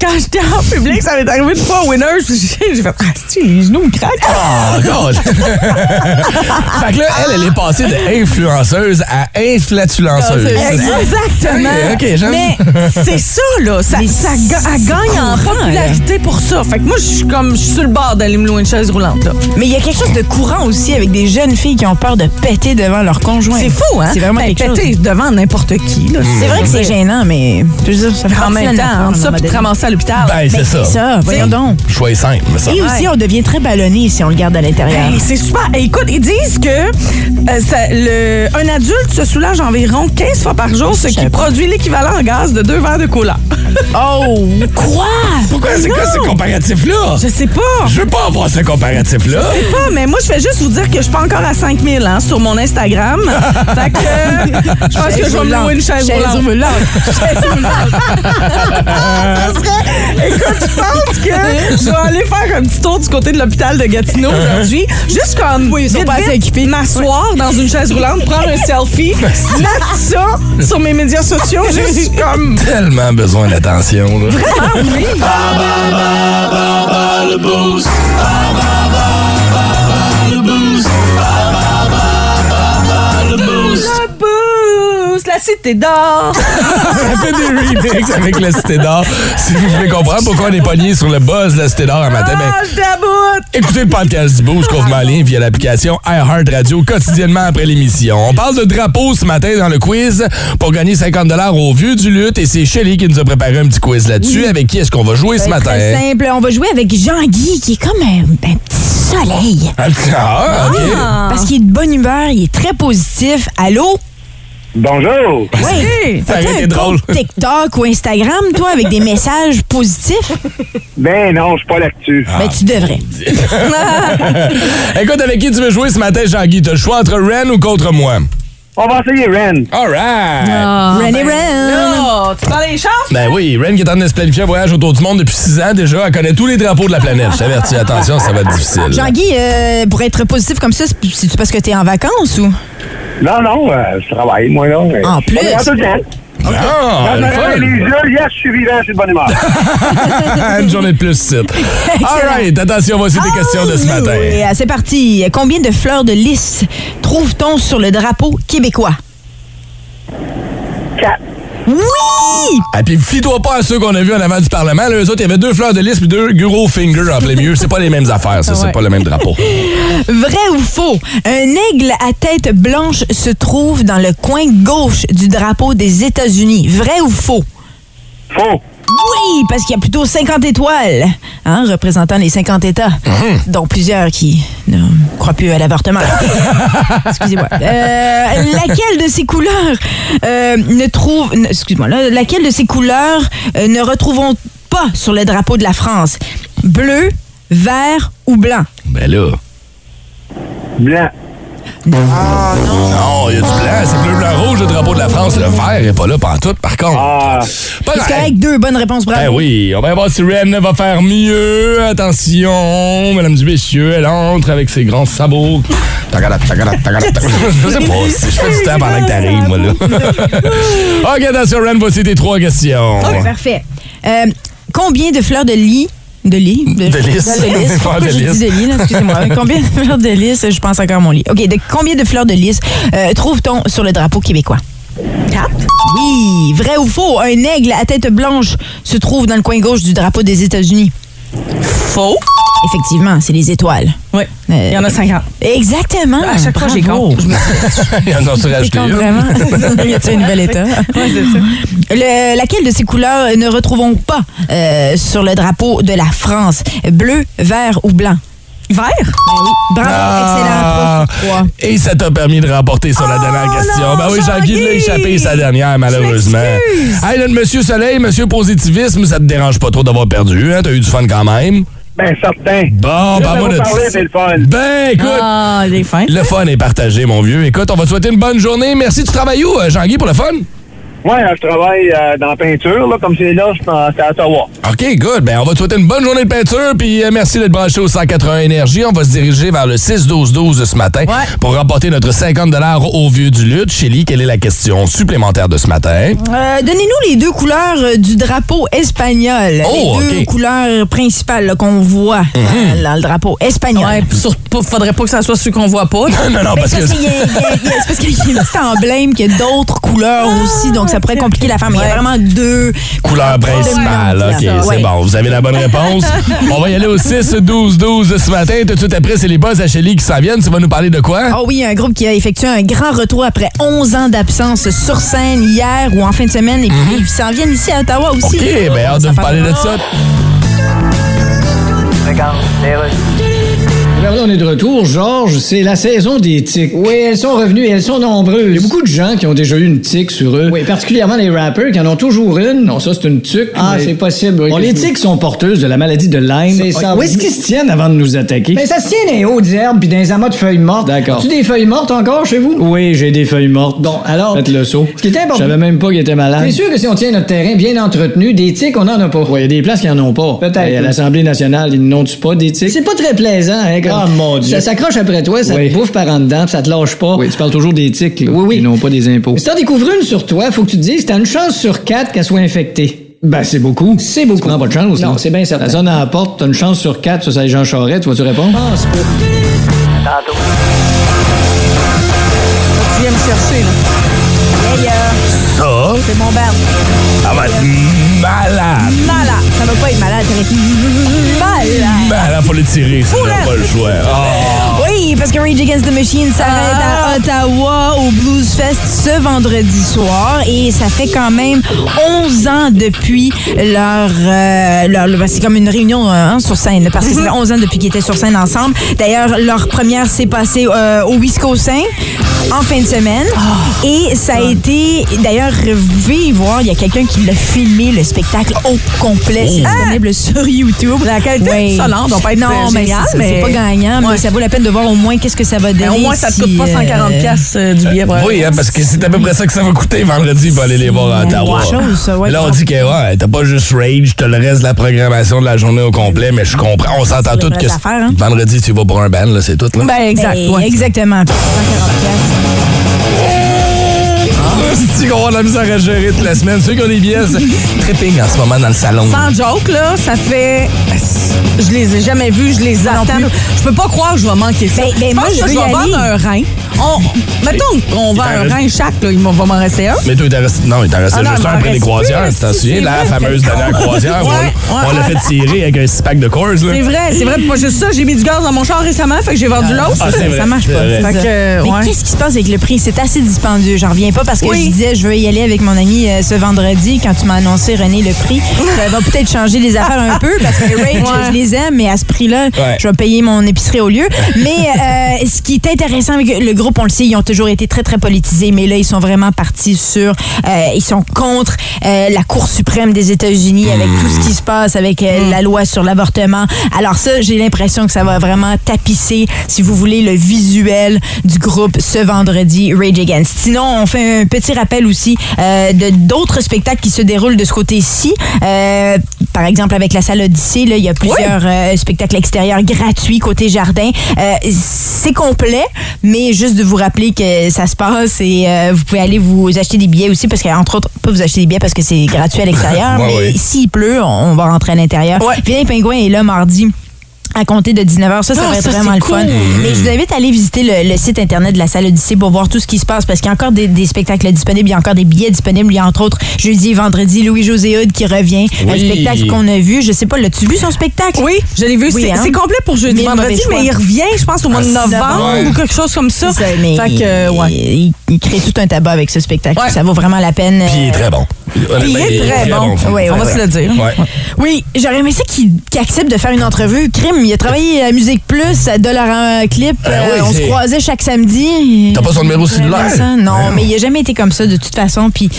[SPEAKER 3] quand j'étais en public, ça m'est arrivé une fois au Winners, puis j'ai j'ai fait Ah, c'est-tu, les genoux me craquent.
[SPEAKER 1] Oh, God! fait que là, elle, elle est passée de influenceuse à
[SPEAKER 3] Ah,
[SPEAKER 1] inflatulenceuse.
[SPEAKER 3] Euh,
[SPEAKER 1] C'est ça?
[SPEAKER 3] Exactement.
[SPEAKER 1] Ok, ok, j'aime.
[SPEAKER 3] Mais c'est ça, là. Ça, ça ga- elle gagne en popularité pour ça. Fait que moi, je suis comme, je suis sur le bord d'aller me louer une chaise roulante, là.
[SPEAKER 2] Mais il y a quelque chose de courant aussi avec des jeunes filles qui ont peur de péter devant leur conjoint.
[SPEAKER 3] C'est fou, hein?
[SPEAKER 2] C'est vraiment
[SPEAKER 3] Ben,
[SPEAKER 2] quelque
[SPEAKER 3] péter
[SPEAKER 2] chose.
[SPEAKER 3] devant n'importe qui, là.
[SPEAKER 2] C'est vrai que c'est gênant, mais je veux dire, ça fait
[SPEAKER 3] En
[SPEAKER 2] partie de
[SPEAKER 3] même
[SPEAKER 2] notre
[SPEAKER 3] temps,
[SPEAKER 2] affaire, à
[SPEAKER 3] entre
[SPEAKER 2] un
[SPEAKER 3] ça
[SPEAKER 2] moment
[SPEAKER 3] puis te
[SPEAKER 2] donné.
[SPEAKER 3] ramasser à l'hôpital.
[SPEAKER 1] Ben, c'est ça.
[SPEAKER 2] C'est ça, voyons donc.
[SPEAKER 1] Choix est simple, mais ça.
[SPEAKER 2] Et aussi, on devient très ballonné si on le garde à
[SPEAKER 1] hein?
[SPEAKER 2] l'intérieur.
[SPEAKER 3] Hey, c'est super. Et écoute, ils disent que euh, ça- le- un adulte se soulage environ 15 fois par jour, ce
[SPEAKER 2] Je
[SPEAKER 3] qui
[SPEAKER 2] savais pas.
[SPEAKER 3] produit l'équivalent en gaz de deux verres de cola.
[SPEAKER 2] Oh, quoi?
[SPEAKER 1] Pourquoi c'est quoi ce comparatif-là?
[SPEAKER 3] Je sais pas.
[SPEAKER 1] Je veux pas avoir ce comparatif-là.
[SPEAKER 3] Je sais pas, Ah, mais moi, je fais juste vous dire que je suis pas encore à 5000 hein, sur mon Instagram. fait que euh, je pense que je vais me louer une chaise roulante. Écoute, je pense que je vais aller faire un petit tour du côté de l'hôpital de Gatineau aujourd'hui. Juste comme oui, vite,
[SPEAKER 2] pas assez
[SPEAKER 3] vite, m'asseoir dans une chaise roulante, prendre un selfie, mettre ça sur mes médias sociaux, juste comme...
[SPEAKER 1] Tellement besoin d'attention, là.
[SPEAKER 3] Le boost, la cité d'or.
[SPEAKER 1] On a fait des remixes avec la Cité d'Or. Si vous voulez comprendre pourquoi on est pogné sur le buzz de la Cité d'Or un matin, ben,
[SPEAKER 3] Ah, je t'aboute.
[SPEAKER 1] écoutez le podcast du Boost qu'on vous met en ligne via l'application iHeartRadio quotidiennement après l'émission. On parle de drapeau ce matin dans le quiz pour gagner 50 au Vieux du Lutte et c'est Shelly qui nous a préparé un petit quiz là-dessus. Avec qui est-ce qu'on va
[SPEAKER 2] Ben,
[SPEAKER 1] jouer ce matin?
[SPEAKER 2] Très simple. On va jouer avec Jean-Guy, qui est comme un, un petit soleil.
[SPEAKER 1] Ah, ok.
[SPEAKER 2] Parce qu'il est de bonne humeur, il est très positif. Allô?
[SPEAKER 5] Bonjour!
[SPEAKER 2] Oui.
[SPEAKER 1] Ça aurait été drôle.
[SPEAKER 2] TikTok ou Instagram, toi, avec des messages positifs?
[SPEAKER 5] Ben non, je suis pas là-dessus.
[SPEAKER 1] Ah.
[SPEAKER 2] Ben, tu devrais. Ah.
[SPEAKER 1] Écoute, avec qui tu veux jouer ce matin, Jean-Guy? T'as le choix entre Ren ou contre moi?
[SPEAKER 5] On va essayer Ren.
[SPEAKER 1] All right!
[SPEAKER 2] Ah,
[SPEAKER 1] Ah,
[SPEAKER 2] René
[SPEAKER 3] Euh,
[SPEAKER 2] Ren.
[SPEAKER 3] Là, tu prends les chances.
[SPEAKER 1] Ben oui, Ren qui est en train de se planifier un voyage autour du monde depuis 6 ans déjà. Elle connaît tous les drapeaux de la planète. Je t'avertis, attention, ça va être difficile.
[SPEAKER 2] Jean-Guy, euh, pour être positif comme ça, c'est- c'est-tu parce que t'es en vacances ou?
[SPEAKER 5] Non, non, euh, je travaille, moi, là. mais-
[SPEAKER 2] En plus.
[SPEAKER 5] On est en tout le temps.
[SPEAKER 1] Ah, le
[SPEAKER 5] Quand je me réveille
[SPEAKER 1] fun.
[SPEAKER 5] les yeux, yes, je suis vivant, je suis de bonne humeur.
[SPEAKER 1] Ah, Une journée de plus c'est. All right, attention, voici tes questions de ce matin.
[SPEAKER 2] Oui, euh, c'est parti. Combien de fleurs de lys trouve-t-on sur le drapeau québécois?
[SPEAKER 5] Quatre.
[SPEAKER 2] Oui!
[SPEAKER 1] Ah, puis fie-toi pas à ceux qu'on a vus en avant du Parlement. Là, eux autres, il y avait deux fleurs de lys puis deux gros fingers en plein milieu. C'est pas les mêmes affaires, ça. C'est pas le même drapeau.
[SPEAKER 2] Vrai ou faux? Un aigle à tête blanche se trouve dans le coin gauche du drapeau des États-Unis. Vrai ou faux?
[SPEAKER 5] Faux.
[SPEAKER 2] Oui, parce qu'il y a plutôt 50 étoiles, hein, représentant les 50 États, dont plusieurs qui ne croient plus à l'avortement. Excusez-moi. Euh, laquelle de ces couleurs euh, ne trouve, ne- excuse-moi, là, laquelle de ces couleurs euh, ne retrouvons pas sur le drapeau de la France Bleu, vert ou blanc
[SPEAKER 1] Ben là.
[SPEAKER 5] Blanc.
[SPEAKER 1] Non, il y a du blanc. C'est bleu, blanc, rouge, le drapeau de la France. Le vert est pas là pantoute, par contre.
[SPEAKER 5] Ah,
[SPEAKER 1] Pas
[SPEAKER 2] C'est
[SPEAKER 1] grave.
[SPEAKER 2] correct, deux bonnes réponses, bravo.
[SPEAKER 1] Ben oui, on va voir si Ren va faire mieux. Attention, mesdames et messieurs, elle entre avec ses grands sabots. Tagada, tagada, tagada, tagada. Je sais pas si je fais du temps pendant que t'arrives, moi, là. OK, attention, Ren, voici tes trois questions.
[SPEAKER 2] Ok, Parfait. Euh, combien de fleurs de lit de lit?
[SPEAKER 1] De lys.
[SPEAKER 2] De lys.
[SPEAKER 1] Des fleurs de
[SPEAKER 2] Pourquoi j'ai
[SPEAKER 1] lys.
[SPEAKER 2] dit de lit, là? excusez-moi. Combien de fleurs de lys? Je pense encore à mon lit. OK, de combien de fleurs de lys euh, trouve-t-on sur le drapeau québécois? Quatre. Oui, vrai ou faux, un aigle à tête blanche se trouve dans le coin gauche du drapeau des États-Unis.
[SPEAKER 3] Faux.
[SPEAKER 2] Effectivement, c'est les étoiles.
[SPEAKER 3] Oui.
[SPEAKER 2] Euh,
[SPEAKER 3] Il y en a 50.
[SPEAKER 2] Exactement.
[SPEAKER 3] À chaque fois, j'ai
[SPEAKER 2] Bravo.
[SPEAKER 3] compte. Je me
[SPEAKER 1] Il y en a sur E.
[SPEAKER 2] T'es
[SPEAKER 1] acheté
[SPEAKER 2] con,
[SPEAKER 1] une.
[SPEAKER 2] vraiment. y a-t-il un nouvel état? Le- laquelle de ces couleurs ne retrouvons pas euh, sur le drapeau de la France? Bleu, vert ou blanc?
[SPEAKER 3] Vert?
[SPEAKER 2] Bravo,
[SPEAKER 1] Ah!
[SPEAKER 2] excellent. trois sur trois.
[SPEAKER 1] Et ça t'a permis de remporter sur la dernière question.
[SPEAKER 3] non,
[SPEAKER 1] ben oui, Jean-Guy
[SPEAKER 3] Jean-Guy!
[SPEAKER 1] l'a échappé sa dernière, malheureusement.
[SPEAKER 3] m'excuse.
[SPEAKER 1] Hey, là, le monsieur Soleil, monsieur Positivisme, ça te dérange pas trop d'avoir perdu, hein? T'as eu du fun quand même.
[SPEAKER 5] ben certain.
[SPEAKER 1] Bon, ben,
[SPEAKER 5] Juste
[SPEAKER 1] parle-moi
[SPEAKER 5] de vous parler,
[SPEAKER 1] de...
[SPEAKER 5] c'est le fun.
[SPEAKER 1] Ben, écoute,
[SPEAKER 3] Ah, il est fin.
[SPEAKER 1] Le fun est partagé, mon vieux. Écoute, on va te souhaiter une bonne journée. Merci, tu travailles où, euh, Jean-Guy, pour le fun?
[SPEAKER 5] Moi, je travaille euh, dans la peinture, là, comme c'est là, je suis en- c'est à Ottawa.
[SPEAKER 1] OK, good. Ben, on va te souhaiter une bonne journée de peinture, puis euh, merci d'être branché au 180 Énergie. On va se diriger vers le 6-12-12 ce matin pour remporter notre 50 au Vieux du Lutte. Chélie, quelle est la question supplémentaire de ce matin?
[SPEAKER 2] Euh, Donnez-nous les deux couleurs euh, du drapeau espagnol.
[SPEAKER 1] Oh,
[SPEAKER 2] les deux
[SPEAKER 1] ok. Mhm.
[SPEAKER 2] couleurs principales là, qu'on voit euh, dans le drapeau espagnol.
[SPEAKER 3] Ouais, puis surtout, pas- faudrait pas que ça soit celui qu'on voit pas.
[SPEAKER 1] Non, non,
[SPEAKER 2] Ben,
[SPEAKER 1] parce
[SPEAKER 2] c'est
[SPEAKER 1] que...
[SPEAKER 2] parce qu'il y a- il y a- il y a- c'est parce qu'il y a une petite emblème qui a d'autres couleurs
[SPEAKER 1] Ah,
[SPEAKER 2] aussi, donc ça pourrait compliquer l'affaire. Mais il y a vraiment deux
[SPEAKER 1] Couleur principale. OK,
[SPEAKER 2] dominantes, là.
[SPEAKER 1] c'est
[SPEAKER 2] Ouais.
[SPEAKER 1] bon. Vous avez la bonne réponse. On va y aller au 6-12-12 ce matin. Tout de suite après, c'est les buzz à Chélie qui s'en viennent. Tu vas nous parler de quoi?
[SPEAKER 2] Oh oui, un groupe qui a effectué un grand retour après 11 ans d'absence sur scène hier ou en fin de semaine. Et puis, ils s'en viennent ici à Ottawa aussi.
[SPEAKER 1] Mhm. OK, ben hâte de vous parler de ça.
[SPEAKER 6] Ben voilà, on est de retour, Georges. C'est la saison des tics. Oui, elles sont revenues et elles sont nombreuses. Il y a beaucoup de gens qui ont déjà eu une tique sur eux. Oui, particulièrement les rappers qui en ont toujours une. Non, ça, c'est une tuque. Ah, c'est possible. Bon, les tics sont porteuses de la maladie de Lyme. C'est ça. Où est-ce qu'ils se tiennent avant de nous attaquer? Ben, ça se tient des hauts d'herbe puis dans les amas de feuilles mortes. D'accord. Tu des feuilles mortes encore chez vous? Oui, j'ai des feuilles mortes. Bon, alors. Faites le saut. Ce qui était important. Je savais même pas qu'il était malade. C'est sûr que si on tient notre terrain bien entretenu, des tics, on en a pas. Oui, il y a des places qui en ont pas. Peut-être. à l'Assemblée nationale, ils n'ont-tu pas des tics? C'est pas très plaisant, hein, Ah, mon Dieu. Ça s'accroche après toi, ça te bouffe par en dedans, puis ça te lâche pas. Oui, tu parles toujours des tics, là. Oui, oui. Ils n'ont pas des impôts. Si t'en découvres une sur toi, faut que tu te dises, t'as une chance sur quatre qu'elle soit infectée. Ben, c'est beaucoup. C'est beaucoup. Tu prends pas de chance, Non, c'est bien certain. La zone à la porte, t'as une chance sur quatre, ça, c'est Jean Charest, tu vas-tu répondre?
[SPEAKER 3] Tu viens me chercher, là.
[SPEAKER 2] Hey, euh,
[SPEAKER 1] Ça,
[SPEAKER 2] c'est mon barbe.
[SPEAKER 1] ça va être malade.
[SPEAKER 2] Malade. Ça va pas être malade, ça va être malade.
[SPEAKER 1] Malade, faut le tirer, c'est pas le choix. Ah.
[SPEAKER 2] Oui, parce que Rage Against the Machine s'arrête
[SPEAKER 3] Ah!
[SPEAKER 2] à Ottawa au Blues Fest ce vendredi soir et ça fait quand même 11 ans depuis leur... euh, leur- leur- c'est comme une réunion hein, sur scène, là, parce que ça fait 11 ans depuis qu'ils étaient sur scène ensemble. D'ailleurs, leur première s'est passée euh, au Wisconsin en fin de semaine
[SPEAKER 1] Ah!
[SPEAKER 2] et ça a été... D'ailleurs, vous pouvez y voir, il y a quelqu'un qui l'a filmé, le spectacle au complet. C'est
[SPEAKER 1] Oh!
[SPEAKER 2] disponible sur YouTube.
[SPEAKER 3] La qualité
[SPEAKER 2] Ouais.
[SPEAKER 3] sonore doit pas être
[SPEAKER 2] Non,
[SPEAKER 3] euh,
[SPEAKER 2] mais
[SPEAKER 3] géniale,
[SPEAKER 2] c'est-
[SPEAKER 3] mais-
[SPEAKER 2] c'est pas gagnant, mais
[SPEAKER 3] Ouais.
[SPEAKER 2] ça vaut la peine de voir au moins qu'est-ce que ça va donner.
[SPEAKER 3] Mais au moins, ça te
[SPEAKER 2] si,
[SPEAKER 3] coûte pas
[SPEAKER 2] euh,
[SPEAKER 3] 140$ piastres, euh, du billet. ouais.
[SPEAKER 1] Oui, hein, parce que c'est à peu près ça que ça va coûter vendredi pour aller les voir à
[SPEAKER 2] C'est
[SPEAKER 1] Ottawa.
[SPEAKER 2] quelque chose, ça, ouais.
[SPEAKER 1] là, on dit que ouais, t'as pas juste Rage, t'as le reste de la programmation de la journée au complet, mais je comprends. On s'entend
[SPEAKER 2] le
[SPEAKER 1] tous
[SPEAKER 2] reste
[SPEAKER 1] que
[SPEAKER 2] à faire, hein.
[SPEAKER 1] vendredi, tu vas pour un band, là, c'est tout. Là.
[SPEAKER 3] Ben, exact.
[SPEAKER 2] Ben,
[SPEAKER 3] ouais.
[SPEAKER 2] Exactement. 140 piastres.
[SPEAKER 1] Ah. Si qu'on va avoir de la misère à gérer toute la semaine, ceux qui ont des billets, c'est tripping en ce moment dans le salon.
[SPEAKER 3] Sans joke, là, ça fait. Je les ai jamais vus, je les attends. Je peux pas croire que je vais manquer ça.
[SPEAKER 2] Ben, ben,
[SPEAKER 3] je pense
[SPEAKER 2] moi, je
[SPEAKER 3] que
[SPEAKER 2] veux
[SPEAKER 3] je vais
[SPEAKER 2] y
[SPEAKER 3] vendre
[SPEAKER 2] aller.
[SPEAKER 3] un rein. On... Mettons qu'on vend
[SPEAKER 1] t'en
[SPEAKER 3] un
[SPEAKER 1] reste-
[SPEAKER 3] rein chaque, là, il m'en- va m'en rester un.
[SPEAKER 1] Mais toi, il t'en reste. Non, il t'en restait
[SPEAKER 3] Ah non,
[SPEAKER 1] juste
[SPEAKER 3] il
[SPEAKER 1] un
[SPEAKER 3] m'en
[SPEAKER 1] après les
[SPEAKER 3] reste
[SPEAKER 1] croisières.
[SPEAKER 3] plus,
[SPEAKER 1] Tu t'en
[SPEAKER 3] si,
[SPEAKER 1] souviens,
[SPEAKER 3] c'est
[SPEAKER 1] la
[SPEAKER 3] vrai,
[SPEAKER 1] fameuse
[SPEAKER 3] c'est
[SPEAKER 1] dernière
[SPEAKER 3] con.
[SPEAKER 1] croisière, où on-
[SPEAKER 3] Ouais, ouais,
[SPEAKER 1] on l'a
[SPEAKER 3] ouais.
[SPEAKER 1] fait tirer avec un six-pack de Coors, là.
[SPEAKER 3] C'est vrai, c'est vrai. Moi, juste ça, j'ai mis du gaz dans mon char récemment, fait que j'ai vendu l'autre.
[SPEAKER 1] Ah, c'est vrai.
[SPEAKER 2] Ça marche
[SPEAKER 1] c'est
[SPEAKER 2] pas.
[SPEAKER 1] vrai.
[SPEAKER 2] c'est
[SPEAKER 3] Fait
[SPEAKER 2] ça.
[SPEAKER 3] que, euh,
[SPEAKER 2] Mais
[SPEAKER 3] ouais.
[SPEAKER 2] qu'est-ce qui se passe avec le prix? C'est assez dispendieux. J'en reviens pas parce que
[SPEAKER 3] Oui.
[SPEAKER 2] je disais, je veux y aller avec mon ami euh, ce vendredi. Quand tu m'as annoncé, René, le prix, ça va peut-être changer les affaires un peu parce que Rage,
[SPEAKER 3] Ouais.
[SPEAKER 2] je les aime, mais à ce prix-là,
[SPEAKER 1] Ouais.
[SPEAKER 2] je vais payer mon épicerie au lieu. Mais euh, ce qui est intéressant avec le groupe, on le sait, ils ont toujours été très, très politisés, mais là, ils sont vraiment partis sur. euh, ils sont contre euh, la Cour suprême des États-Unis avec tout ce qui se passe, avec euh, la loi sur l'avortement. Alors, ça, j'ai l'impression que ça va vraiment tapisser, si vous voulez, le visuel du groupe ce vendredi, Rage Against. Sinon, on fait un petit rappel aussi euh, de d'autres spectacles qui se déroulent de ce côté-ci. Euh, par exemple, avec la salle Odyssée, là, il y a plusieurs euh, spectacles extérieurs gratuits côté jardin. Euh, c'est complet, mais juste de vous rappeler que ça se passe et euh, vous pouvez aller vous acheter des billets aussi parce qu'entre autres, pas vous acheter des billets parce que c'est gratuit à l'extérieur,
[SPEAKER 1] Ouais,
[SPEAKER 2] mais
[SPEAKER 1] ouais.
[SPEAKER 2] s'il pleut, on va rentrer à l'intérieur.
[SPEAKER 3] Ouais.
[SPEAKER 2] Vilain Pingouin est là mardi à compter de 19h. Ça, ça
[SPEAKER 3] Ah,
[SPEAKER 2] va être
[SPEAKER 3] ça,
[SPEAKER 2] vraiment
[SPEAKER 3] c'est
[SPEAKER 2] le fun.
[SPEAKER 3] cool.
[SPEAKER 1] Mm-hmm.
[SPEAKER 2] Mais je vous invite à aller visiter le, le site Internet de la salle Odyssée pour voir tout ce qui se passe parce qu'il y a encore des, des spectacles disponibles, il y a encore des billets disponibles. Il y a entre autres jeudi et vendredi Louis-José Hood qui revient. Un
[SPEAKER 1] Oui.
[SPEAKER 2] spectacle qu'on a vu. Je sais pas, l'as-tu vu son spectacle?
[SPEAKER 3] Oui, je l'ai vu.
[SPEAKER 2] Oui,
[SPEAKER 3] c'est
[SPEAKER 2] hein?
[SPEAKER 3] c'est complet pour jeudi,
[SPEAKER 2] Mille
[SPEAKER 3] vendredi,
[SPEAKER 2] mauvais choix.
[SPEAKER 3] mais il revient, je pense, au mois de
[SPEAKER 2] Ah, c'est
[SPEAKER 3] novembre
[SPEAKER 1] bon.
[SPEAKER 3] ou quelque chose comme ça.
[SPEAKER 2] Ça, mais
[SPEAKER 3] fait que, euh, ouais.
[SPEAKER 2] il, il crée tout un tabac avec ce spectacle.
[SPEAKER 3] Ouais.
[SPEAKER 2] Ça vaut vraiment la peine.
[SPEAKER 1] Puis il est très bon.
[SPEAKER 3] Il
[SPEAKER 1] Honnêtement,
[SPEAKER 3] est très bon.
[SPEAKER 2] Oui,
[SPEAKER 3] on
[SPEAKER 2] oui,
[SPEAKER 3] va
[SPEAKER 2] oui.
[SPEAKER 3] se le dire.
[SPEAKER 1] Ouais.
[SPEAKER 2] Oui, j'aurais aimé ça qu'il qu'il accepte de faire une entrevue. Crime, il a travaillé à Musique Plus, à Dollar un clip. Euh,
[SPEAKER 1] Ben oui,
[SPEAKER 2] on se
[SPEAKER 1] c'est-
[SPEAKER 2] croisait chaque samedi.
[SPEAKER 1] T'as pas son numéro
[SPEAKER 2] J'aurais aimé
[SPEAKER 1] cellulaire?
[SPEAKER 2] ça. Ben Non, mais il a jamais été comme ça de toute façon. Puis,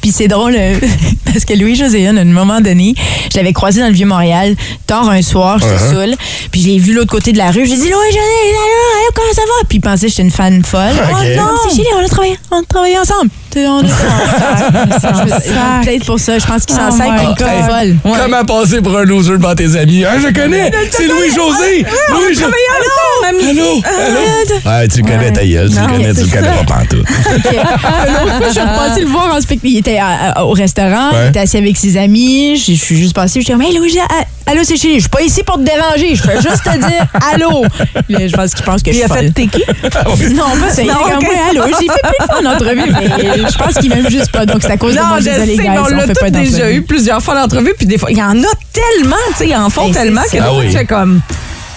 [SPEAKER 2] puis c'est drôle euh, parce que Louis José, à un moment donné, je l'avais croisé dans le vieux Montréal tard un soir, j'étais saoule. Puis je l'ai vu l'autre côté de la rue. J'ai dit Louis José, allô, allô, comment ça va Puis il pensait que j'étais une fan folle.
[SPEAKER 1] Ok.
[SPEAKER 2] Oh non, c'est Chili, on a travaillé, on a travaillé ensemble. était en Peut-être pour ça. Je pense qu'il s'en
[SPEAKER 3] Oh
[SPEAKER 2] sert
[SPEAKER 3] my
[SPEAKER 2] une
[SPEAKER 3] God.
[SPEAKER 2] conne folle.
[SPEAKER 3] Ouais.
[SPEAKER 1] Comment passer pour un loser devant tes amis? Hein, je connais! C'est Louis-José! Louis-José! Allô? Allô? Ouais, tu le connais, ta gueule. Tu le
[SPEAKER 3] Non,
[SPEAKER 1] connais, tu le
[SPEAKER 3] c'est
[SPEAKER 1] connais
[SPEAKER 3] ça.
[SPEAKER 1] pas pantoute.
[SPEAKER 2] Puis, euh, L'autre fois, je suis repassée le voir en spectacle. Il était à- à- au restaurant,
[SPEAKER 1] Ouais.
[SPEAKER 2] il était assis avec ses amis. Je je suis juste passée, je dis Mais Louis, à- allô, c'est chez Je suis pas ici pour te déranger. Je veux juste te dire allô. Là, je pense qu'il pense que je
[SPEAKER 3] Il
[SPEAKER 2] suis
[SPEAKER 3] a fait
[SPEAKER 2] folle. Ah
[SPEAKER 3] t'es qui?
[SPEAKER 2] Non, pas ça. Il est
[SPEAKER 3] Non,
[SPEAKER 2] comme
[SPEAKER 3] ok.
[SPEAKER 2] moi, allô. J'ai fait plus de fois en entrevue, mais je pense qu'il m'aime juste pas. Donc, c'est à cause de
[SPEAKER 3] Non,
[SPEAKER 2] moi.
[SPEAKER 3] je
[SPEAKER 2] Désolée,
[SPEAKER 3] sais,
[SPEAKER 2] guys,
[SPEAKER 3] mais on l'a
[SPEAKER 2] fait pas
[SPEAKER 3] tous déjà
[SPEAKER 2] d'entrevue.
[SPEAKER 3] eu plusieurs fois l'entrevue, puis des fois, il y en a tellement, tu sais, ils en font
[SPEAKER 2] Hey, c'est
[SPEAKER 3] tellement
[SPEAKER 2] ça.
[SPEAKER 3] que des
[SPEAKER 1] Ah
[SPEAKER 3] fois,
[SPEAKER 1] oui.
[SPEAKER 3] tu fais comme,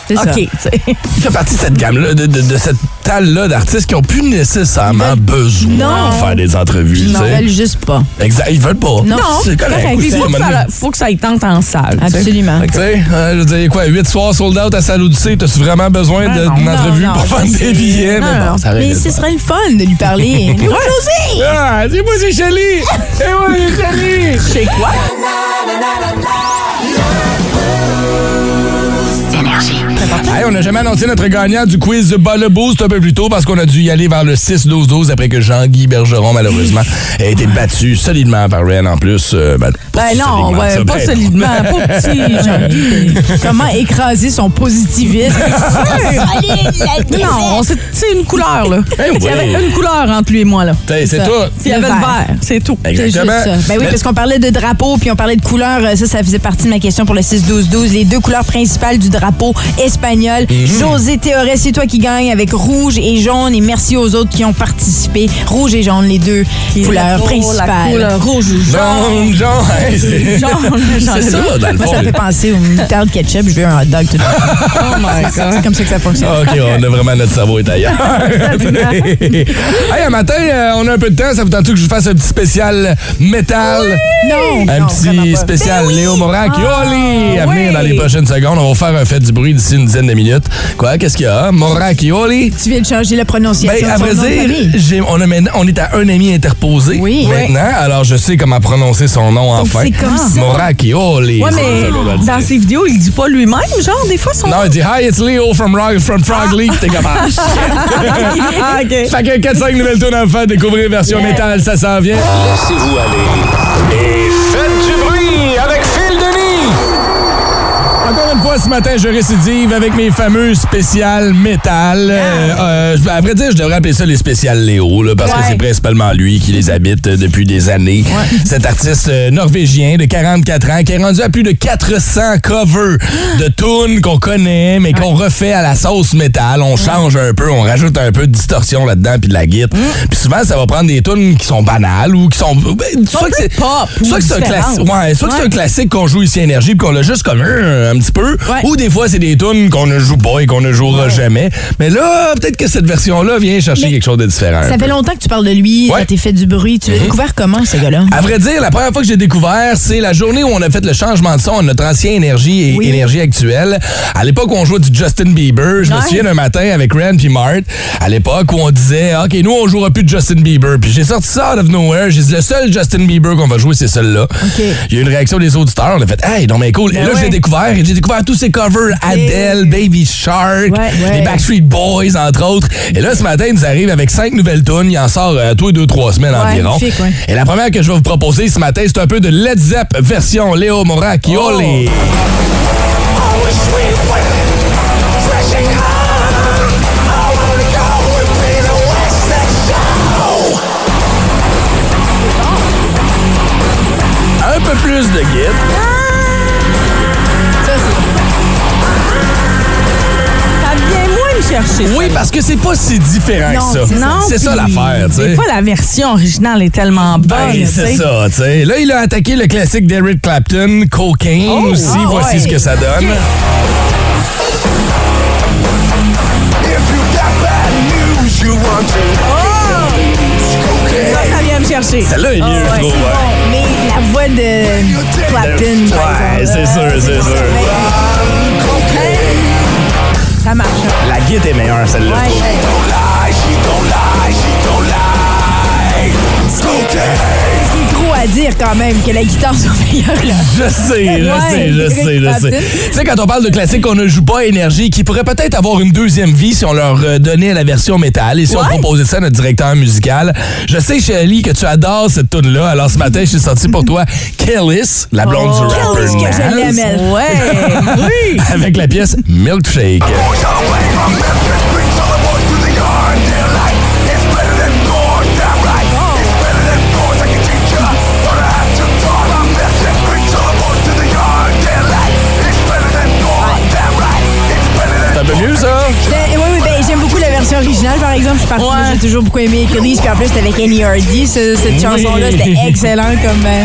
[SPEAKER 2] C'est ça.
[SPEAKER 3] OK, tu sais.
[SPEAKER 1] Il fait partie de cette gamme-là, de, de- de cette talle-là d'artistes qui n'ont plus nécessairement besoin
[SPEAKER 2] Non.
[SPEAKER 1] de faire des entrevues.
[SPEAKER 2] Ils
[SPEAKER 1] tu
[SPEAKER 2] m'en
[SPEAKER 1] sais.
[SPEAKER 2] veulent juste pas.
[SPEAKER 1] Exact, ils veulent pas.
[SPEAKER 2] Non,
[SPEAKER 1] c'est correct.
[SPEAKER 2] correct.
[SPEAKER 1] aussi,
[SPEAKER 3] Puis
[SPEAKER 1] à un
[SPEAKER 3] faut que,
[SPEAKER 1] moment donné.
[SPEAKER 3] ça, faut que ça y tente en salle. tu sais.
[SPEAKER 2] Absolument.
[SPEAKER 1] Tu sais, euh, je veux dire, quoi, 8 soirs sold out à Salle Odyssée, t'as-tu vraiment besoin de-
[SPEAKER 3] non.
[SPEAKER 1] d'une entrevue
[SPEAKER 2] Ah non,
[SPEAKER 1] pour
[SPEAKER 2] ça,
[SPEAKER 1] vendre des
[SPEAKER 2] c'est-
[SPEAKER 3] Eh ben
[SPEAKER 1] billets?
[SPEAKER 2] Non,
[SPEAKER 1] mais
[SPEAKER 2] non.
[SPEAKER 1] bon, ça
[SPEAKER 2] Mais
[SPEAKER 1] règle
[SPEAKER 2] ce
[SPEAKER 1] ça.
[SPEAKER 2] serait le fun de lui parler. Louis José!
[SPEAKER 1] Ah, dis moi c'est Chélie! Et moi c'est Chélie!
[SPEAKER 3] Chez quoi?
[SPEAKER 7] Énergie.
[SPEAKER 1] Hey, on n'a jamais annoncé notre gagnant du quiz de Bas le Boost un peu plus tôt parce qu'on a dû y aller vers le 6-12-12 après que Jean-Guy Bergeron, malheureusement, a été battu solidement par Ren en plus. euh, ben, pas
[SPEAKER 3] Ben
[SPEAKER 1] si
[SPEAKER 3] non,
[SPEAKER 1] solidement que
[SPEAKER 3] ouais,
[SPEAKER 1] ça,
[SPEAKER 3] pas
[SPEAKER 1] ben non.
[SPEAKER 3] solidement, pas petit, Jean-Guy.
[SPEAKER 2] Comment écraser son positivisme?
[SPEAKER 3] Non, on s'est- c'est une couleur, là.
[SPEAKER 1] Eh
[SPEAKER 3] Il y
[SPEAKER 1] oui.
[SPEAKER 3] avait une couleur entre lui et moi, là.
[SPEAKER 1] T'sais, C'est
[SPEAKER 2] ça.
[SPEAKER 1] tout.
[SPEAKER 3] Il y
[SPEAKER 2] Le
[SPEAKER 3] avait le
[SPEAKER 2] vert.
[SPEAKER 3] vert, c'est tout.
[SPEAKER 2] C'est juste
[SPEAKER 1] Exactement.
[SPEAKER 2] ça. Ben oui, parce qu'on parlait de drapeau, puis on parlait de couleurs. Euh, Ça, ça faisait partie de ma question pour le 6-12-12. Les deux couleurs principales du drapeau espagnol.
[SPEAKER 1] Mhm.
[SPEAKER 2] José Théoret, c'est toi qui gagne avec rouge et jaune. Et merci aux autres qui ont participé. Rouge et jaune, les deux couleurs
[SPEAKER 3] La
[SPEAKER 2] principales.
[SPEAKER 3] couleur rouge ou
[SPEAKER 1] Jean,
[SPEAKER 3] jaune.
[SPEAKER 1] Jean, hey, c'est-
[SPEAKER 3] Jaune,
[SPEAKER 1] c'est
[SPEAKER 3] jaune.
[SPEAKER 1] ça, dans le
[SPEAKER 2] Moi,
[SPEAKER 1] fond.
[SPEAKER 2] ça me fait penser au moutarde ketchup. Je veux un hot dog tout de suite.
[SPEAKER 3] Oh my
[SPEAKER 2] C'est
[SPEAKER 3] God.
[SPEAKER 2] comme ça que ça fonctionne.
[SPEAKER 1] Ah, OK, on a vraiment notre cerveau est ailleurs. hey, un matin, euh, on a un peu de temps. Ça vous tente que je vous fasse un petit spécial métal? Un
[SPEAKER 2] Non! non, vraiment
[SPEAKER 1] petit
[SPEAKER 2] pas. Ben Ah,
[SPEAKER 1] spécial Léo Morin qui oli à venir
[SPEAKER 3] oui.
[SPEAKER 1] dans les prochaines secondes. On va faire un fait du bruit d'ici une dizaine de minutes. Quoi? Qu'est-ce qu'il y a? Morin qui oli?
[SPEAKER 2] Tu viens de changer la prononciation
[SPEAKER 1] Ben, à
[SPEAKER 2] de son
[SPEAKER 1] vrai
[SPEAKER 2] nom de
[SPEAKER 1] dire,
[SPEAKER 2] famille.
[SPEAKER 1] j'ai- on, a maintenant- on est à un ami interposé
[SPEAKER 2] Oui.
[SPEAKER 1] maintenant, alors je sais comment prononcer son nom enfin.
[SPEAKER 2] c'est comme ça.
[SPEAKER 1] Morakioli.
[SPEAKER 3] Ouais, mais dans ses vidéos, il dit pas lui-même, genre, des fois, son.
[SPEAKER 1] Non, il dit Hi, it's Leo from, Rock, from Frog League. T'es capable.
[SPEAKER 3] Ah, OK.
[SPEAKER 1] fait que 4-5 nouvelles tonnes à faire, découvrir version métal, ça s'en vient.
[SPEAKER 4] Laissez-vous aller et faites du bruit avec Phil Denis.
[SPEAKER 1] Encore une fois, ce matin, je récidive avec mes fameux spéciales
[SPEAKER 3] Ah.
[SPEAKER 1] métal. Euh, euh, je- à vrai dire, je devrais appeler ça les spéciales Léo, là, parce que
[SPEAKER 3] Ouais.
[SPEAKER 1] c'est principalement lui qui les habite euh, depuis des années. Cet artiste euh, norvégien de 44 ans qui est rendu à plus de 400 covers de tunes qu'on connaît, mais qu'on refait à la sauce métal. On change un peu, on rajoute un peu de distorsion là-dedans, puis de la guitare.
[SPEAKER 3] Mm.
[SPEAKER 1] Puis souvent, ça va prendre des tunes qui sont banales ou qui sont... ben, soit que
[SPEAKER 3] peu
[SPEAKER 1] c'est-
[SPEAKER 3] pop ou
[SPEAKER 1] soit que c'est un
[SPEAKER 3] différentes.
[SPEAKER 1] classique. Ouais, soit que c'est un classique qu'on joue ici à Énergie puis qu'on l'a juste comme euh, un petit peu. Ou des fois, c'est des tunes qu'on ne joue pas et qu'on ne jouera jamais. Mais là, peut-être que cette version-là vient chercher quelque chose de différent. un
[SPEAKER 2] Ça
[SPEAKER 1] peu.
[SPEAKER 2] fait longtemps que tu parles de
[SPEAKER 1] Ouais.
[SPEAKER 2] lui,
[SPEAKER 1] Mhm. Ah.
[SPEAKER 2] ça t'est fait du bruit. Tu l'as découvert comment, ce gars-là?
[SPEAKER 1] À vrai dire, la première fois que j'ai découvert, c'est la journée où on a fait le changement de son à notre ancien énergie et énergie actuelle. À l'époque, on jouait du Justin Bieber. Je me
[SPEAKER 3] Ouais.
[SPEAKER 1] souviens d'un matin avec Ren puis Mart. À l'époque, où on disait, OK, nous, on jouera plus de Justin Bieber. Puis j'ai sorti ça out of nowhere. J'ai dit, le seul Justin Bieber qu'on va jouer, c'est celui-là. Il y a eu une réaction des auditeurs. On a fait, hey, non, mais cool. et là, j'ai découvert, et j'ai découvert tous ces covers. Adele, Baby Shark, les Backstreet Boys, entre autres. Et là, ce matin, ils nous arrivent avec cinq nouvelles tunes. Il en sort euh, tous les deux, trois semaines environ.
[SPEAKER 2] magnifique, ouais.
[SPEAKER 1] Et la première que je vais vous proposer ce matin, c'est un peu de Led Zepp version Léo
[SPEAKER 3] Oh.
[SPEAKER 1] Moracchioli. Un peu plus de guide.
[SPEAKER 3] Ça vient moins me chercher.
[SPEAKER 1] Oui, parce que c'est pas si différent
[SPEAKER 3] Non,
[SPEAKER 1] que ça.
[SPEAKER 3] non,
[SPEAKER 1] c'est ça
[SPEAKER 3] puis
[SPEAKER 1] l'affaire, tu sais.
[SPEAKER 3] Des fois, la version originale est tellement bonne.
[SPEAKER 1] Ben,
[SPEAKER 3] tu
[SPEAKER 1] c'est
[SPEAKER 3] sais.
[SPEAKER 1] ça, tu sais. Là, il a attaqué le classique d'Eric Clapton, Cocaine aussi.
[SPEAKER 3] ah
[SPEAKER 1] Voici
[SPEAKER 3] ouais.
[SPEAKER 1] ce que ça donne.
[SPEAKER 3] Ça, ça vient me chercher.
[SPEAKER 1] Celle-là est mieux, je trouve. ouais.
[SPEAKER 2] Mais la voix de Clapton, par
[SPEAKER 1] Ouais,
[SPEAKER 2] exemple,
[SPEAKER 1] Eh, c'est sûr, c'est sûr.
[SPEAKER 2] ça marche.
[SPEAKER 1] La guide est meilleure, celle-là. je trouve.
[SPEAKER 2] C'est gros à à dire quand même que la guitare soit meilleure. là.
[SPEAKER 1] Je sais, je
[SPEAKER 2] Ouais,
[SPEAKER 1] sais, je
[SPEAKER 2] Eric
[SPEAKER 1] sais, je sais.
[SPEAKER 2] Clapton.
[SPEAKER 1] Tu sais, quand on parle de classique, on ne joue pas énergie, qui pourrait peut-être avoir une deuxième vie si on leur euh, donnait la version métal et si on proposait ça à notre directeur musical. Je sais, Shelly, que tu adores cette tune-là. Alors ce matin, je suis sorti pour toi Kellis, la blonde du rapper.
[SPEAKER 2] Oh, Kellis que je
[SPEAKER 1] Nas,
[SPEAKER 2] l'aime, elle.
[SPEAKER 3] Ouais. oui.
[SPEAKER 1] Avec la pièce Milkshake. C'est un peu mieux, ça?
[SPEAKER 2] Ben, oui, oui, ben, j'aime beaucoup la version originale, par exemple. Je suis partie,
[SPEAKER 3] Ouais.
[SPEAKER 2] j'ai toujours beaucoup aimé Kelly's. Puis en plus, c'était avec N.E.R.D. ce- cette chanson-là, c'était excellent. comme. euh,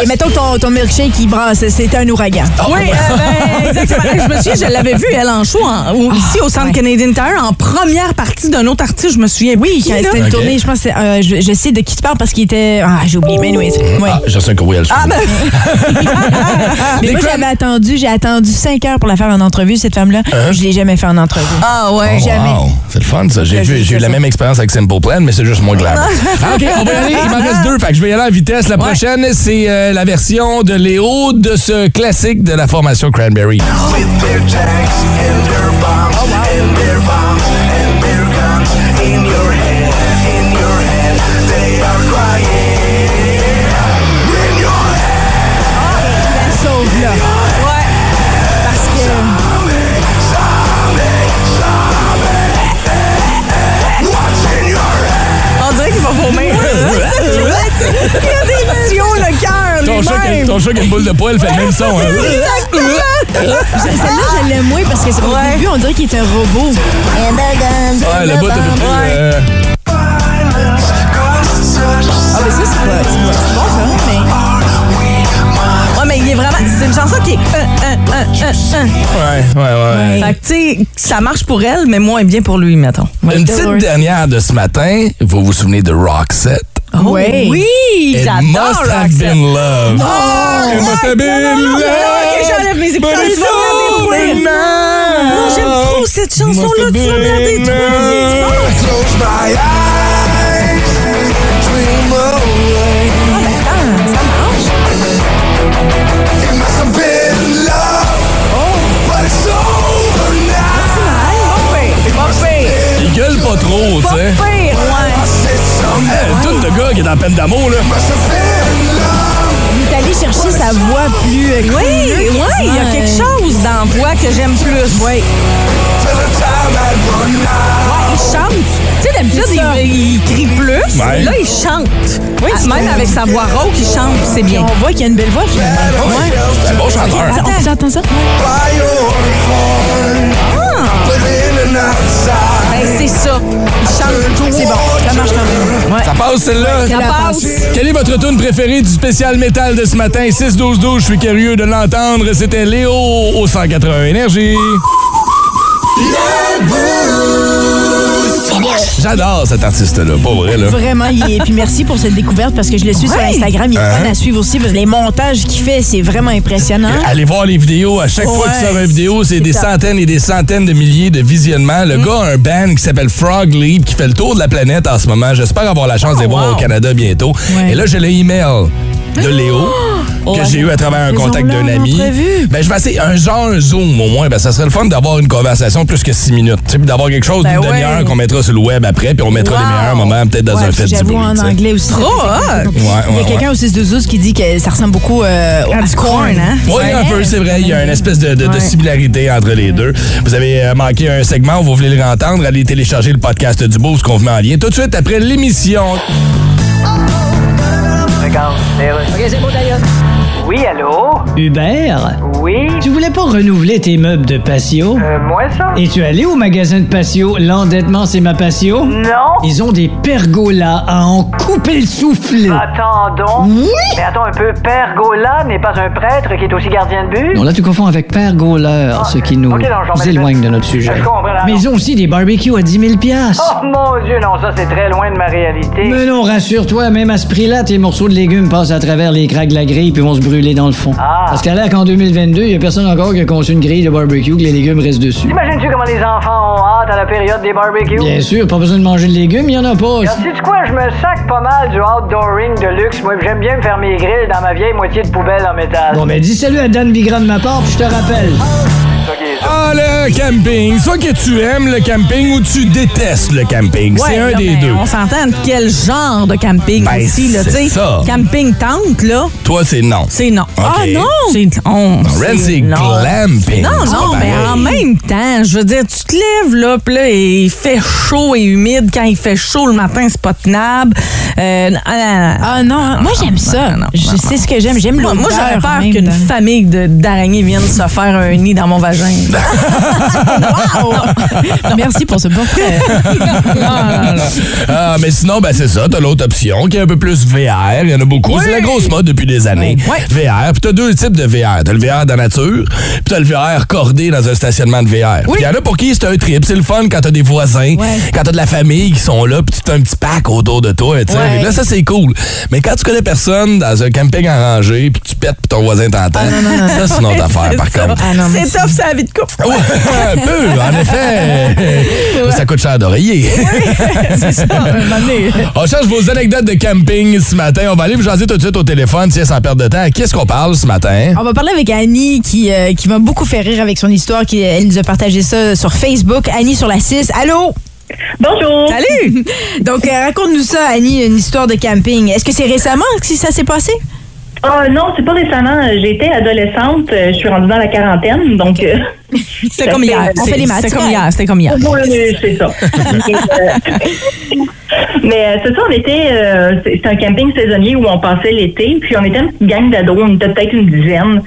[SPEAKER 2] Mais mettons que ton, ton milkshake, il brasse. C'était un ouragan.
[SPEAKER 3] Oui, euh, ben, exactement. Hey, Je me souviens, je l'avais vue, elle, en show, en- au- ici, au Centre
[SPEAKER 2] Ah, ouais.
[SPEAKER 3] Canadien Tire, en première partie d'un autre artiste, je me souviens.
[SPEAKER 2] Oui,
[SPEAKER 3] qui,
[SPEAKER 2] quand
[SPEAKER 3] là?
[SPEAKER 2] c'était une
[SPEAKER 1] Ok.
[SPEAKER 2] tournée, je pense, que c'est, euh, je, je sais de qui tu parles parce qu'il était. Ah, j'ai oublié, mais oui. Ouais.
[SPEAKER 1] Ah, j'ai reçu un courriel.
[SPEAKER 3] Mm. Ah, ben,
[SPEAKER 2] mais moi, j'avais attendu, j'ai attendu 5 heures pour la faire en entrevue, cette femme-là. Je l'ai jamais fait en entrevue.
[SPEAKER 3] Hein? ah ouais.
[SPEAKER 2] jamais.
[SPEAKER 1] Wow, c'est le fun, ça. J'ai
[SPEAKER 2] Je
[SPEAKER 1] vu-
[SPEAKER 2] sais
[SPEAKER 1] j'ai eu la
[SPEAKER 2] ça.
[SPEAKER 1] même expérience avec Simple Plan, mais c'est juste moins glam. Ah, OK, on va y aller. Il m'en reste deux, fait que je vais y aller en vitesse. La prochaine, c'est euh, la version de Léo de ce classique de la formation Cranberry.
[SPEAKER 2] La sauve, là. Ouais. Parce que.
[SPEAKER 3] On dirait qu'il va vomir. Il y a des petits le cœur,
[SPEAKER 1] Ton chat, qui a-
[SPEAKER 3] lui-même.
[SPEAKER 1] ton chat qui a une boule de poil fait le même son. hein.
[SPEAKER 2] Celle-là, je l'aime moins parce que c'est- au début, on dirait qu'il était un robot.
[SPEAKER 1] Ouais, le bout de euh,
[SPEAKER 3] Ah, mais ça, c'est pas, c'est pas- c'est bon, hein. ça, mais... Ouais, mais il est vraiment... C'est une chanson qui est... un, un, un, un, un.
[SPEAKER 1] Ouais, ouais, ouais.
[SPEAKER 3] Fait que, tu sais, ça marche pour elle, mais moins bien pour lui, mettons.
[SPEAKER 1] Une petite dernière de ce matin. Vous vous souvenez de Roxette?
[SPEAKER 3] Oh,
[SPEAKER 2] Ouais.
[SPEAKER 3] Oui,
[SPEAKER 1] It
[SPEAKER 3] j'adore
[SPEAKER 1] must have
[SPEAKER 3] Roxette.
[SPEAKER 1] been love. It must have been love.
[SPEAKER 3] ok, j'enlève mes écouteurs,
[SPEAKER 1] But
[SPEAKER 3] je
[SPEAKER 1] it's
[SPEAKER 3] vais regarder
[SPEAKER 1] over
[SPEAKER 3] pour elle.
[SPEAKER 1] now.
[SPEAKER 3] Non, j'aime trop cette chanson-là. Tu vas me la détruire. Ah, mais attends, ça marche.
[SPEAKER 2] Ah,
[SPEAKER 1] Il gueule pas trop, tu sais. Tout de gars qui est en peine d'amour, là.
[SPEAKER 2] Il est allé chercher sa voix plus. euh,
[SPEAKER 3] Oui,
[SPEAKER 2] crooner,
[SPEAKER 3] oui, il y a
[SPEAKER 2] quasiment,
[SPEAKER 3] quelque
[SPEAKER 2] euh,
[SPEAKER 3] chose dans la voix que j'aime plus. Oui. Ah, Il chante. Tu sais, d'habitude, il, il crie plus.
[SPEAKER 1] Ouais.
[SPEAKER 3] Là, il chante.
[SPEAKER 2] Oui,
[SPEAKER 3] Ah,
[SPEAKER 2] c'est
[SPEAKER 3] même
[SPEAKER 2] vrai.
[SPEAKER 3] avec sa voix rauque, il chante. C'est
[SPEAKER 2] Puis
[SPEAKER 3] bien.
[SPEAKER 2] on voit qu'il y a une belle voix, finalement.
[SPEAKER 1] C'est un bon chanteur.
[SPEAKER 2] Attends, tu entends ça?
[SPEAKER 3] Ben, c'est ça. Il chante. C'est bon. Ça marche quand même. Ouais.
[SPEAKER 1] Ça passe, celle-là?
[SPEAKER 3] Ça passe.
[SPEAKER 1] Quelle est votre tune préférée du spécial métal de ce matin? 6-12-12, je suis curieux de l'entendre. C'était Léo au 180 Énergie. J'adore cet artiste-là, pas vrai, là.
[SPEAKER 2] Vraiment, il est... puis merci pour cette découverte parce que je le suis sur
[SPEAKER 3] Ouais.
[SPEAKER 2] Instagram.
[SPEAKER 1] Hein?
[SPEAKER 2] Il est fun à suivre aussi parce que les montages qu'il fait, c'est vraiment impressionnant.
[SPEAKER 1] Allez voir les vidéos. À chaque fois
[SPEAKER 2] Hein? Ouais.
[SPEAKER 1] qu'il sort une vidéo, c'est des
[SPEAKER 2] top. Mm.
[SPEAKER 1] centaines et des centaines de milliers de visionnements. Le gars a un band qui s'appelle Frog Leap qui fait le tour de la planète en ce moment. J'espère avoir la chance de les voir au Canada bientôt.
[SPEAKER 2] Oh, Ouais. Ah! Oh,
[SPEAKER 1] Et là, j'ai le email de Léo que j'ai eu à travers un contact
[SPEAKER 2] Faisons-le
[SPEAKER 1] d'un
[SPEAKER 2] en
[SPEAKER 1] ami.
[SPEAKER 2] entrevue.
[SPEAKER 1] Ben, je vais essayer un genre un zoom au moins. Ben, ça serait le fun d'avoir une conversation de plus que six minutes. Tu sais, puis d'avoir quelque chose
[SPEAKER 3] Ben
[SPEAKER 1] d'une
[SPEAKER 3] ouais.
[SPEAKER 1] demi-heure qu'on mettra sur le web après, puis on mettra les
[SPEAKER 3] Wow.
[SPEAKER 1] meilleurs moments peut-être dans
[SPEAKER 2] Ouais,
[SPEAKER 1] un
[SPEAKER 2] puis
[SPEAKER 1] fait du
[SPEAKER 2] J'avoue
[SPEAKER 1] bruit.
[SPEAKER 2] en
[SPEAKER 1] tu sais.
[SPEAKER 2] anglais aussi.
[SPEAKER 3] Trop hot.
[SPEAKER 2] Il y
[SPEAKER 1] Ouais,
[SPEAKER 2] a
[SPEAKER 1] ouais,
[SPEAKER 2] quelqu'un au 6 de qui dit que ça ressemble beaucoup euh, au
[SPEAKER 3] du corn, hein?
[SPEAKER 1] Oui, un peu, c'est vrai. Il y a une espèce de, de- de similarité entre les deux. Vous avez euh, manqué un segment, vous voulez le entendre, allez télécharger le podcast du Boost qu'on vous met en lien tout de suite après l'émission.
[SPEAKER 8] Oui, allô?
[SPEAKER 6] Hubert,
[SPEAKER 8] Oui?
[SPEAKER 6] tu voulais pas renouveler tes meubles de patio?
[SPEAKER 8] Euh, moi, ça?
[SPEAKER 6] Et tu es allé au magasin de patio? L'endettement, c'est ma patio?
[SPEAKER 8] Non?
[SPEAKER 6] Ils ont des pergolas à en couper le souffle.
[SPEAKER 8] Ah. Attendons.
[SPEAKER 6] Oui?
[SPEAKER 8] Mais attends un peu, Pergola n'est pas un prêtre qui est aussi gardien de but?
[SPEAKER 6] Non, là, tu confonds avec pergoleur, ce qui nous
[SPEAKER 8] Ah. ok, non, j'en mets-
[SPEAKER 6] éloigne de notre sujet.
[SPEAKER 8] Je comprends, là,
[SPEAKER 6] Mais
[SPEAKER 8] non.
[SPEAKER 6] ils ont aussi des barbecues à 10 000
[SPEAKER 8] Oh mon Dieu, non, ça c'est très loin de ma réalité.
[SPEAKER 6] Mais non, rassure-toi, même à ce prix-là, tes morceaux de légumes passent à travers les craques de la grille puis vont se brûler dans le fond.
[SPEAKER 8] Ah.
[SPEAKER 6] Parce qu'à l'air qu'en 2022, il n'y a personne encore qui a conçu une grille de barbecue que les légumes restent dessus.
[SPEAKER 8] Imagines-tu comment les enfants ont hâte à la période des barbecues?
[SPEAKER 6] Bien sûr, pas besoin de manger de légumes, il n'y en a pas.
[SPEAKER 8] Alors, sais-tu quoi? Je me sac pas mal du outdooring de luxe. Moi, j'aime bien me faire mes grilles dans ma vieille moitié de poubelle en métal.
[SPEAKER 6] Bon, ben dis salut à Dan Bigra de ma part, puis je te rappelle.
[SPEAKER 1] Ah, le camping. Soit que tu aimes le camping ou tu détestes le camping.
[SPEAKER 3] Ouais,
[SPEAKER 1] c'est un
[SPEAKER 3] là,
[SPEAKER 1] des
[SPEAKER 3] ben,
[SPEAKER 1] deux.
[SPEAKER 3] On s'entend de quel genre de camping
[SPEAKER 1] Ben,
[SPEAKER 3] aussi, là,
[SPEAKER 1] c'est
[SPEAKER 3] tu sais.
[SPEAKER 1] ça.
[SPEAKER 3] Camping tente, là,
[SPEAKER 1] Toi, c'est non.
[SPEAKER 3] c'est non.
[SPEAKER 1] Ah, non!
[SPEAKER 3] C'est on.
[SPEAKER 1] Ren, c'est glamping.
[SPEAKER 3] non.
[SPEAKER 1] Ah, ben
[SPEAKER 3] Non,
[SPEAKER 1] C'est
[SPEAKER 3] non,
[SPEAKER 1] pas
[SPEAKER 3] mais
[SPEAKER 1] pareil.
[SPEAKER 3] en même temps, je veux dire, tu te lèves, là, puis là, il fait chaud et humide. Quand il fait chaud le matin, c'est pas tenable. Euh, non, non, non.
[SPEAKER 2] Ah non, hein. moi j'aime ça.
[SPEAKER 3] non, non,
[SPEAKER 2] Je-
[SPEAKER 3] non,
[SPEAKER 2] C'est ce que j'aime. J'aime
[SPEAKER 3] Moi,
[SPEAKER 2] l'odeur.
[SPEAKER 3] moi, j'aurais
[SPEAKER 2] en
[SPEAKER 3] peur
[SPEAKER 2] même
[SPEAKER 3] qu'une
[SPEAKER 2] temps.
[SPEAKER 3] famille de- d'araignées vienne se faire un nid dans mon vagin.
[SPEAKER 2] Wow! Merci pour ce beau
[SPEAKER 1] Ah, mais sinon, ben c'est ça. T'as l'autre option qui est un peu plus VR. Il y en a beaucoup. C'est la grosse mode depuis des années. VR. Puis t'as deux types de VR. T'as le VR dans la nature, puis t'as le VR cordé dans un stationnement de VR. Puis il y en a pour qui c'est un trip. C'est le fun quand t'as des voisins, quand t'as de la famille qui sont là, puis tu t'as un petit pack autour de toi. tu sais. Fait que Là, ça, c'est cool. Mais quand tu connais personne dans un camping en rangée, puis tu pètes, puis ton voisin t'entend, ça, c'est une autre affaire, par contre.
[SPEAKER 2] Ah,
[SPEAKER 3] c'est tough, ça, la vie de couple.
[SPEAKER 1] Ouais, un peu, en effet. Ça coûte cher d'oreiller. On cherche vos anecdotes de camping ce matin. On va aller vous jaser tout de suite au téléphone, tiens, sans perdre de temps. Qu'est-ce qu'on parle ce matin?
[SPEAKER 2] On va parler avec Annie qui, euh, qui m'a beaucoup fait rire avec son histoire. Qui, elle nous a partagé ça sur Facebook. Annie sur la 6. Allô?
[SPEAKER 9] Bonjour.
[SPEAKER 2] Salut! Donc, euh, raconte-nous ça, Annie, une histoire de camping. Est-ce que c'est récemment que ça s'est passé?
[SPEAKER 9] Ah non, c'est pas récemment. Euh, J'étais adolescente. Euh, Je suis rendue dans la quarantaine, donc euh,
[SPEAKER 3] C'était comme hier.
[SPEAKER 9] On
[SPEAKER 3] C'est-
[SPEAKER 2] fait les maths.
[SPEAKER 3] C'était comme hier. C'était comme hier.
[SPEAKER 9] ouais, mais c'est ça. Mais, euh, Mais euh, c'est ça, on était. euh, c'est c'est un camping saisonnier où on passait l'été, puis on était une petite gang d'ados. On était peut-être une dizaine,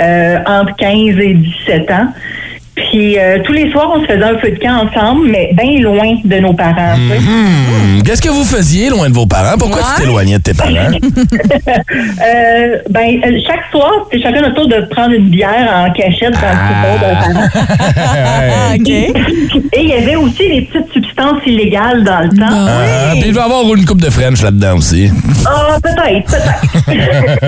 [SPEAKER 9] euh, entre 15 et 17 ans. Puis euh, tous les soirs, on se faisait un feu de camp ensemble, mais bien loin de nos parents. tu sais.
[SPEAKER 1] Hmm, Qu'est-ce que vous faisiez loin de vos parents? Pourquoi tu t'éloignais de tes parents?
[SPEAKER 9] Euh, ben, euh, chaque soir, c'était chacun notre tour de prendre une bière en cachette dans le coupon de parents.
[SPEAKER 3] Ah, OK.
[SPEAKER 9] Et il y avait aussi les petites substances illégales dans le temps.
[SPEAKER 1] Ah, Puis il va y avoir une coupe de French là-dedans aussi.
[SPEAKER 9] Ah, peut-être, peut-être.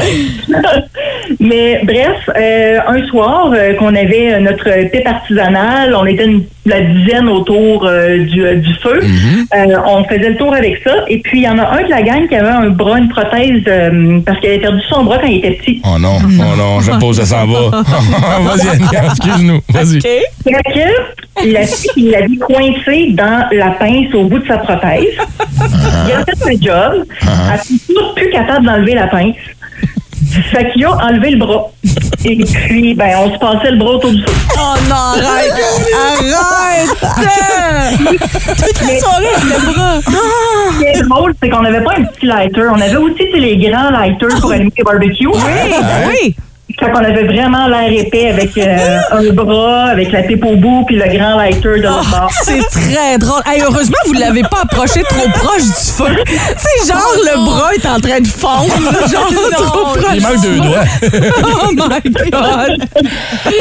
[SPEAKER 9] Mais bref, euh, un soir euh, qu'on avait euh, notre pipe artisanale, on était une- la dizaine autour euh, du, euh, du feu. Euh, on faisait le tour avec ça. Et puis, il y en a un de la gang qui avait un bras, une prothèse, euh, parce qu'il avait perdu son bras quand il était petit.
[SPEAKER 1] Oh non, oh non, je pose, ça s'en va. Vas-y, Annie, excuse-nous. Vas-y.
[SPEAKER 9] Fait que la fille, il l'avait coincée dans la pince au bout de sa prothèse. Il a fait un job. Elle est toujours plus capable d'enlever la pince. Fait qu'il a enlevé le bras. Et puis, ben, on se passait le bras autour du feu.
[SPEAKER 3] Oh non, arrête! Arrête! Toute la soirée, le bras.
[SPEAKER 9] Ce qui est drôle, c'est qu'on n'avait pas un petit lighter. On avait aussi tu sais, les grands lighters pour allumer les barbecues.
[SPEAKER 3] Oui, oui.
[SPEAKER 9] Fait qu'on avait vraiment l'air épais avec euh, un bras, avec la pipe au bout, puis le grand lighter de l'autre bord.
[SPEAKER 3] C'est très drôle. Hey, heureusement, vous ne l'avez pas approché trop proche du feu. C'est genre le bras est en train de fondre. là, Genre trop proche.
[SPEAKER 1] Oh Il manque deux doigts.
[SPEAKER 3] Oh my God.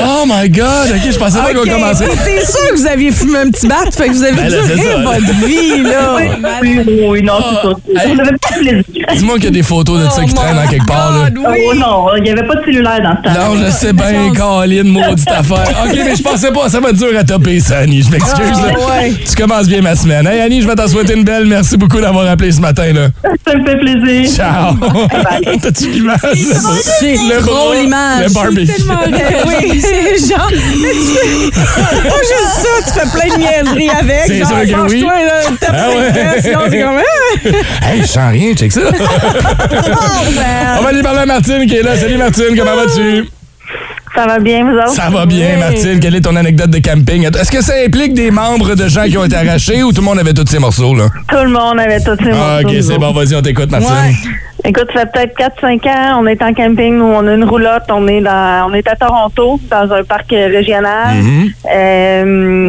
[SPEAKER 1] Oh my God, OK, je pensais pas qu'on
[SPEAKER 3] OK.
[SPEAKER 1] commençait.
[SPEAKER 3] C'est sûr que vous aviez fumé un petit bat, fait que vous avez
[SPEAKER 1] Ben là,
[SPEAKER 3] duré
[SPEAKER 1] c'est ça. ben
[SPEAKER 3] votre vie, là.
[SPEAKER 9] Oui, oui, non, c'est ça. On avait pas de plaisir.
[SPEAKER 1] Dis-moi qu'il y a des photos de ça qui
[SPEAKER 3] Oh my
[SPEAKER 1] traînent en quelque part. là.
[SPEAKER 3] God, oui.
[SPEAKER 9] Oh non, il n'y avait pas de cellulaire dans ce temps-là.
[SPEAKER 1] Non, je sais bien, Caroline, maudite affaire. OK, mais je pensais pas, ça va être dur à topper, ça, Annie. Je m'excuse.
[SPEAKER 3] Ah,
[SPEAKER 1] là. Tu commences bien ma semaine. Hey, Annie, je vais t'en souhaiter une belle. Merci beaucoup d'avoir appelé ce matin. Là.
[SPEAKER 9] Ça me fait plaisir.
[SPEAKER 1] Ciao. T'as-tu l'image?
[SPEAKER 3] C'est
[SPEAKER 1] Le
[SPEAKER 3] trop
[SPEAKER 1] bras,
[SPEAKER 3] l'image.
[SPEAKER 1] Le Barbie.
[SPEAKER 3] Oui, c'est genre. Mais tu fais. Pas juste ça, tu fais plein de niaiseries avec.
[SPEAKER 1] C'est
[SPEAKER 3] genre,
[SPEAKER 1] sûr que oui.
[SPEAKER 3] penche-toi, là, tape
[SPEAKER 1] Ah
[SPEAKER 3] ses
[SPEAKER 1] ouais.
[SPEAKER 3] fesses, sinon c'est comme. Ah,
[SPEAKER 1] Hey, je sens rien, check ça.
[SPEAKER 3] ben.
[SPEAKER 1] On va aller parler à Martine qui est là. Salut, Martine, comment vas-tu?
[SPEAKER 9] Ça va bien, vous autres?
[SPEAKER 1] Ça va bien, Martine. Quelle est ton anecdote de camping? Est-ce que ça implique des membres de gens qui ont été arrachés ou tout le monde avait tous ces morceaux, là?
[SPEAKER 9] Tout le monde avait tous ces
[SPEAKER 1] Ah, OK, c'est bon. Vas-y, on t'écoute, Martine.
[SPEAKER 3] Ouais.
[SPEAKER 9] Écoute, ça fait peut-être 4-5 ans, on est en camping, nous, on a une roulotte, on est dans, on est à Toronto, dans un parc euh, régional.
[SPEAKER 1] Mm-hmm.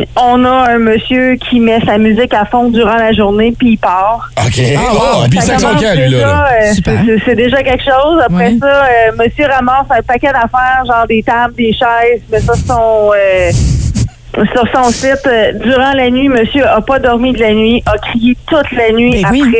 [SPEAKER 9] Euh, on a un monsieur qui met sa musique à fond durant la journée, puis il part.
[SPEAKER 1] OK. Ah, wow. Puis
[SPEAKER 9] Ça
[SPEAKER 1] ça son
[SPEAKER 9] commence
[SPEAKER 1] camp, lui, là,
[SPEAKER 9] déjà,
[SPEAKER 1] là.
[SPEAKER 9] euh,
[SPEAKER 2] Super.
[SPEAKER 9] c'est- C'est déjà quelque chose. Après
[SPEAKER 2] Ouais.
[SPEAKER 9] ça, euh, monsieur ramasse un paquet d'affaires, genre des tables, des chaises, Ah, mais ça, son... euh, sur son site, euh, durant la nuit, monsieur a pas dormi de la nuit, a crié toute la nuit
[SPEAKER 2] Ben
[SPEAKER 9] après,
[SPEAKER 2] oui.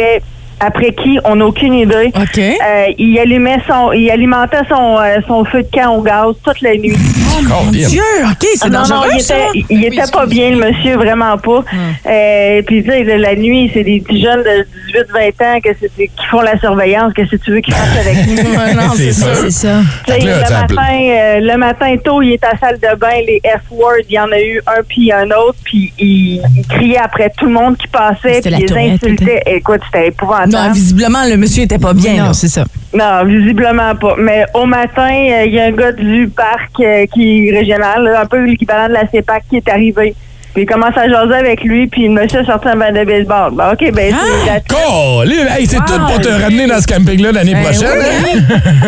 [SPEAKER 9] après qui, on n'a aucune idée.
[SPEAKER 3] OK.
[SPEAKER 9] Euh, il, allumait son, il alimentait son, euh, son feu de camp au gaz toute la nuit.
[SPEAKER 1] Colin.
[SPEAKER 3] Dieu, OK, c'est
[SPEAKER 9] Ah, non, non,
[SPEAKER 3] dangereux,
[SPEAKER 9] il
[SPEAKER 3] ça. Hum.
[SPEAKER 9] était, il- il était pas bien, le monsieur, vraiment pas. Euh, puis tu sais, le- la nuit, c'est des petits jeunes de 18-20 ans que c'est- qui font la surveillance, que si tu veux qu'ils fassent avec nous.
[SPEAKER 3] Ouais, non,
[SPEAKER 1] C'est
[SPEAKER 3] c'est ça.
[SPEAKER 1] ça.
[SPEAKER 2] C'est ça.
[SPEAKER 9] Tu sais,
[SPEAKER 1] Fait que là,
[SPEAKER 9] le,
[SPEAKER 1] t'as appelé.
[SPEAKER 9] matin, euh, le matin tôt, il est à la salle de bain, les F-words, il y en a eu un puis un autre, puis il, il criait après tout le monde qui passait,
[SPEAKER 2] C'était
[SPEAKER 9] puis
[SPEAKER 2] la
[SPEAKER 9] il les
[SPEAKER 2] tourette,
[SPEAKER 9] insultait. Écoute, c'était
[SPEAKER 3] Ah, Non,
[SPEAKER 9] épouvantable.
[SPEAKER 3] visiblement, le monsieur était pas Ah, bien.
[SPEAKER 2] non,
[SPEAKER 3] là.
[SPEAKER 1] Ah,
[SPEAKER 2] c'est ça.
[SPEAKER 9] Non, visiblement pas. Mais au matin, euh, il y a un gars du parc euh, qui est régional, là, un peu l'équivalent de la CEPAC, qui est arrivé. Puis il commence à jaser avec lui, puis le monsieur a sorti un bain de baseball. Ben, OK, ben, c'est la
[SPEAKER 1] Colin, Oh, hey, c'est tout pour te ramener dans ce camping-là
[SPEAKER 3] Ben
[SPEAKER 1] l'année prochaine. hein?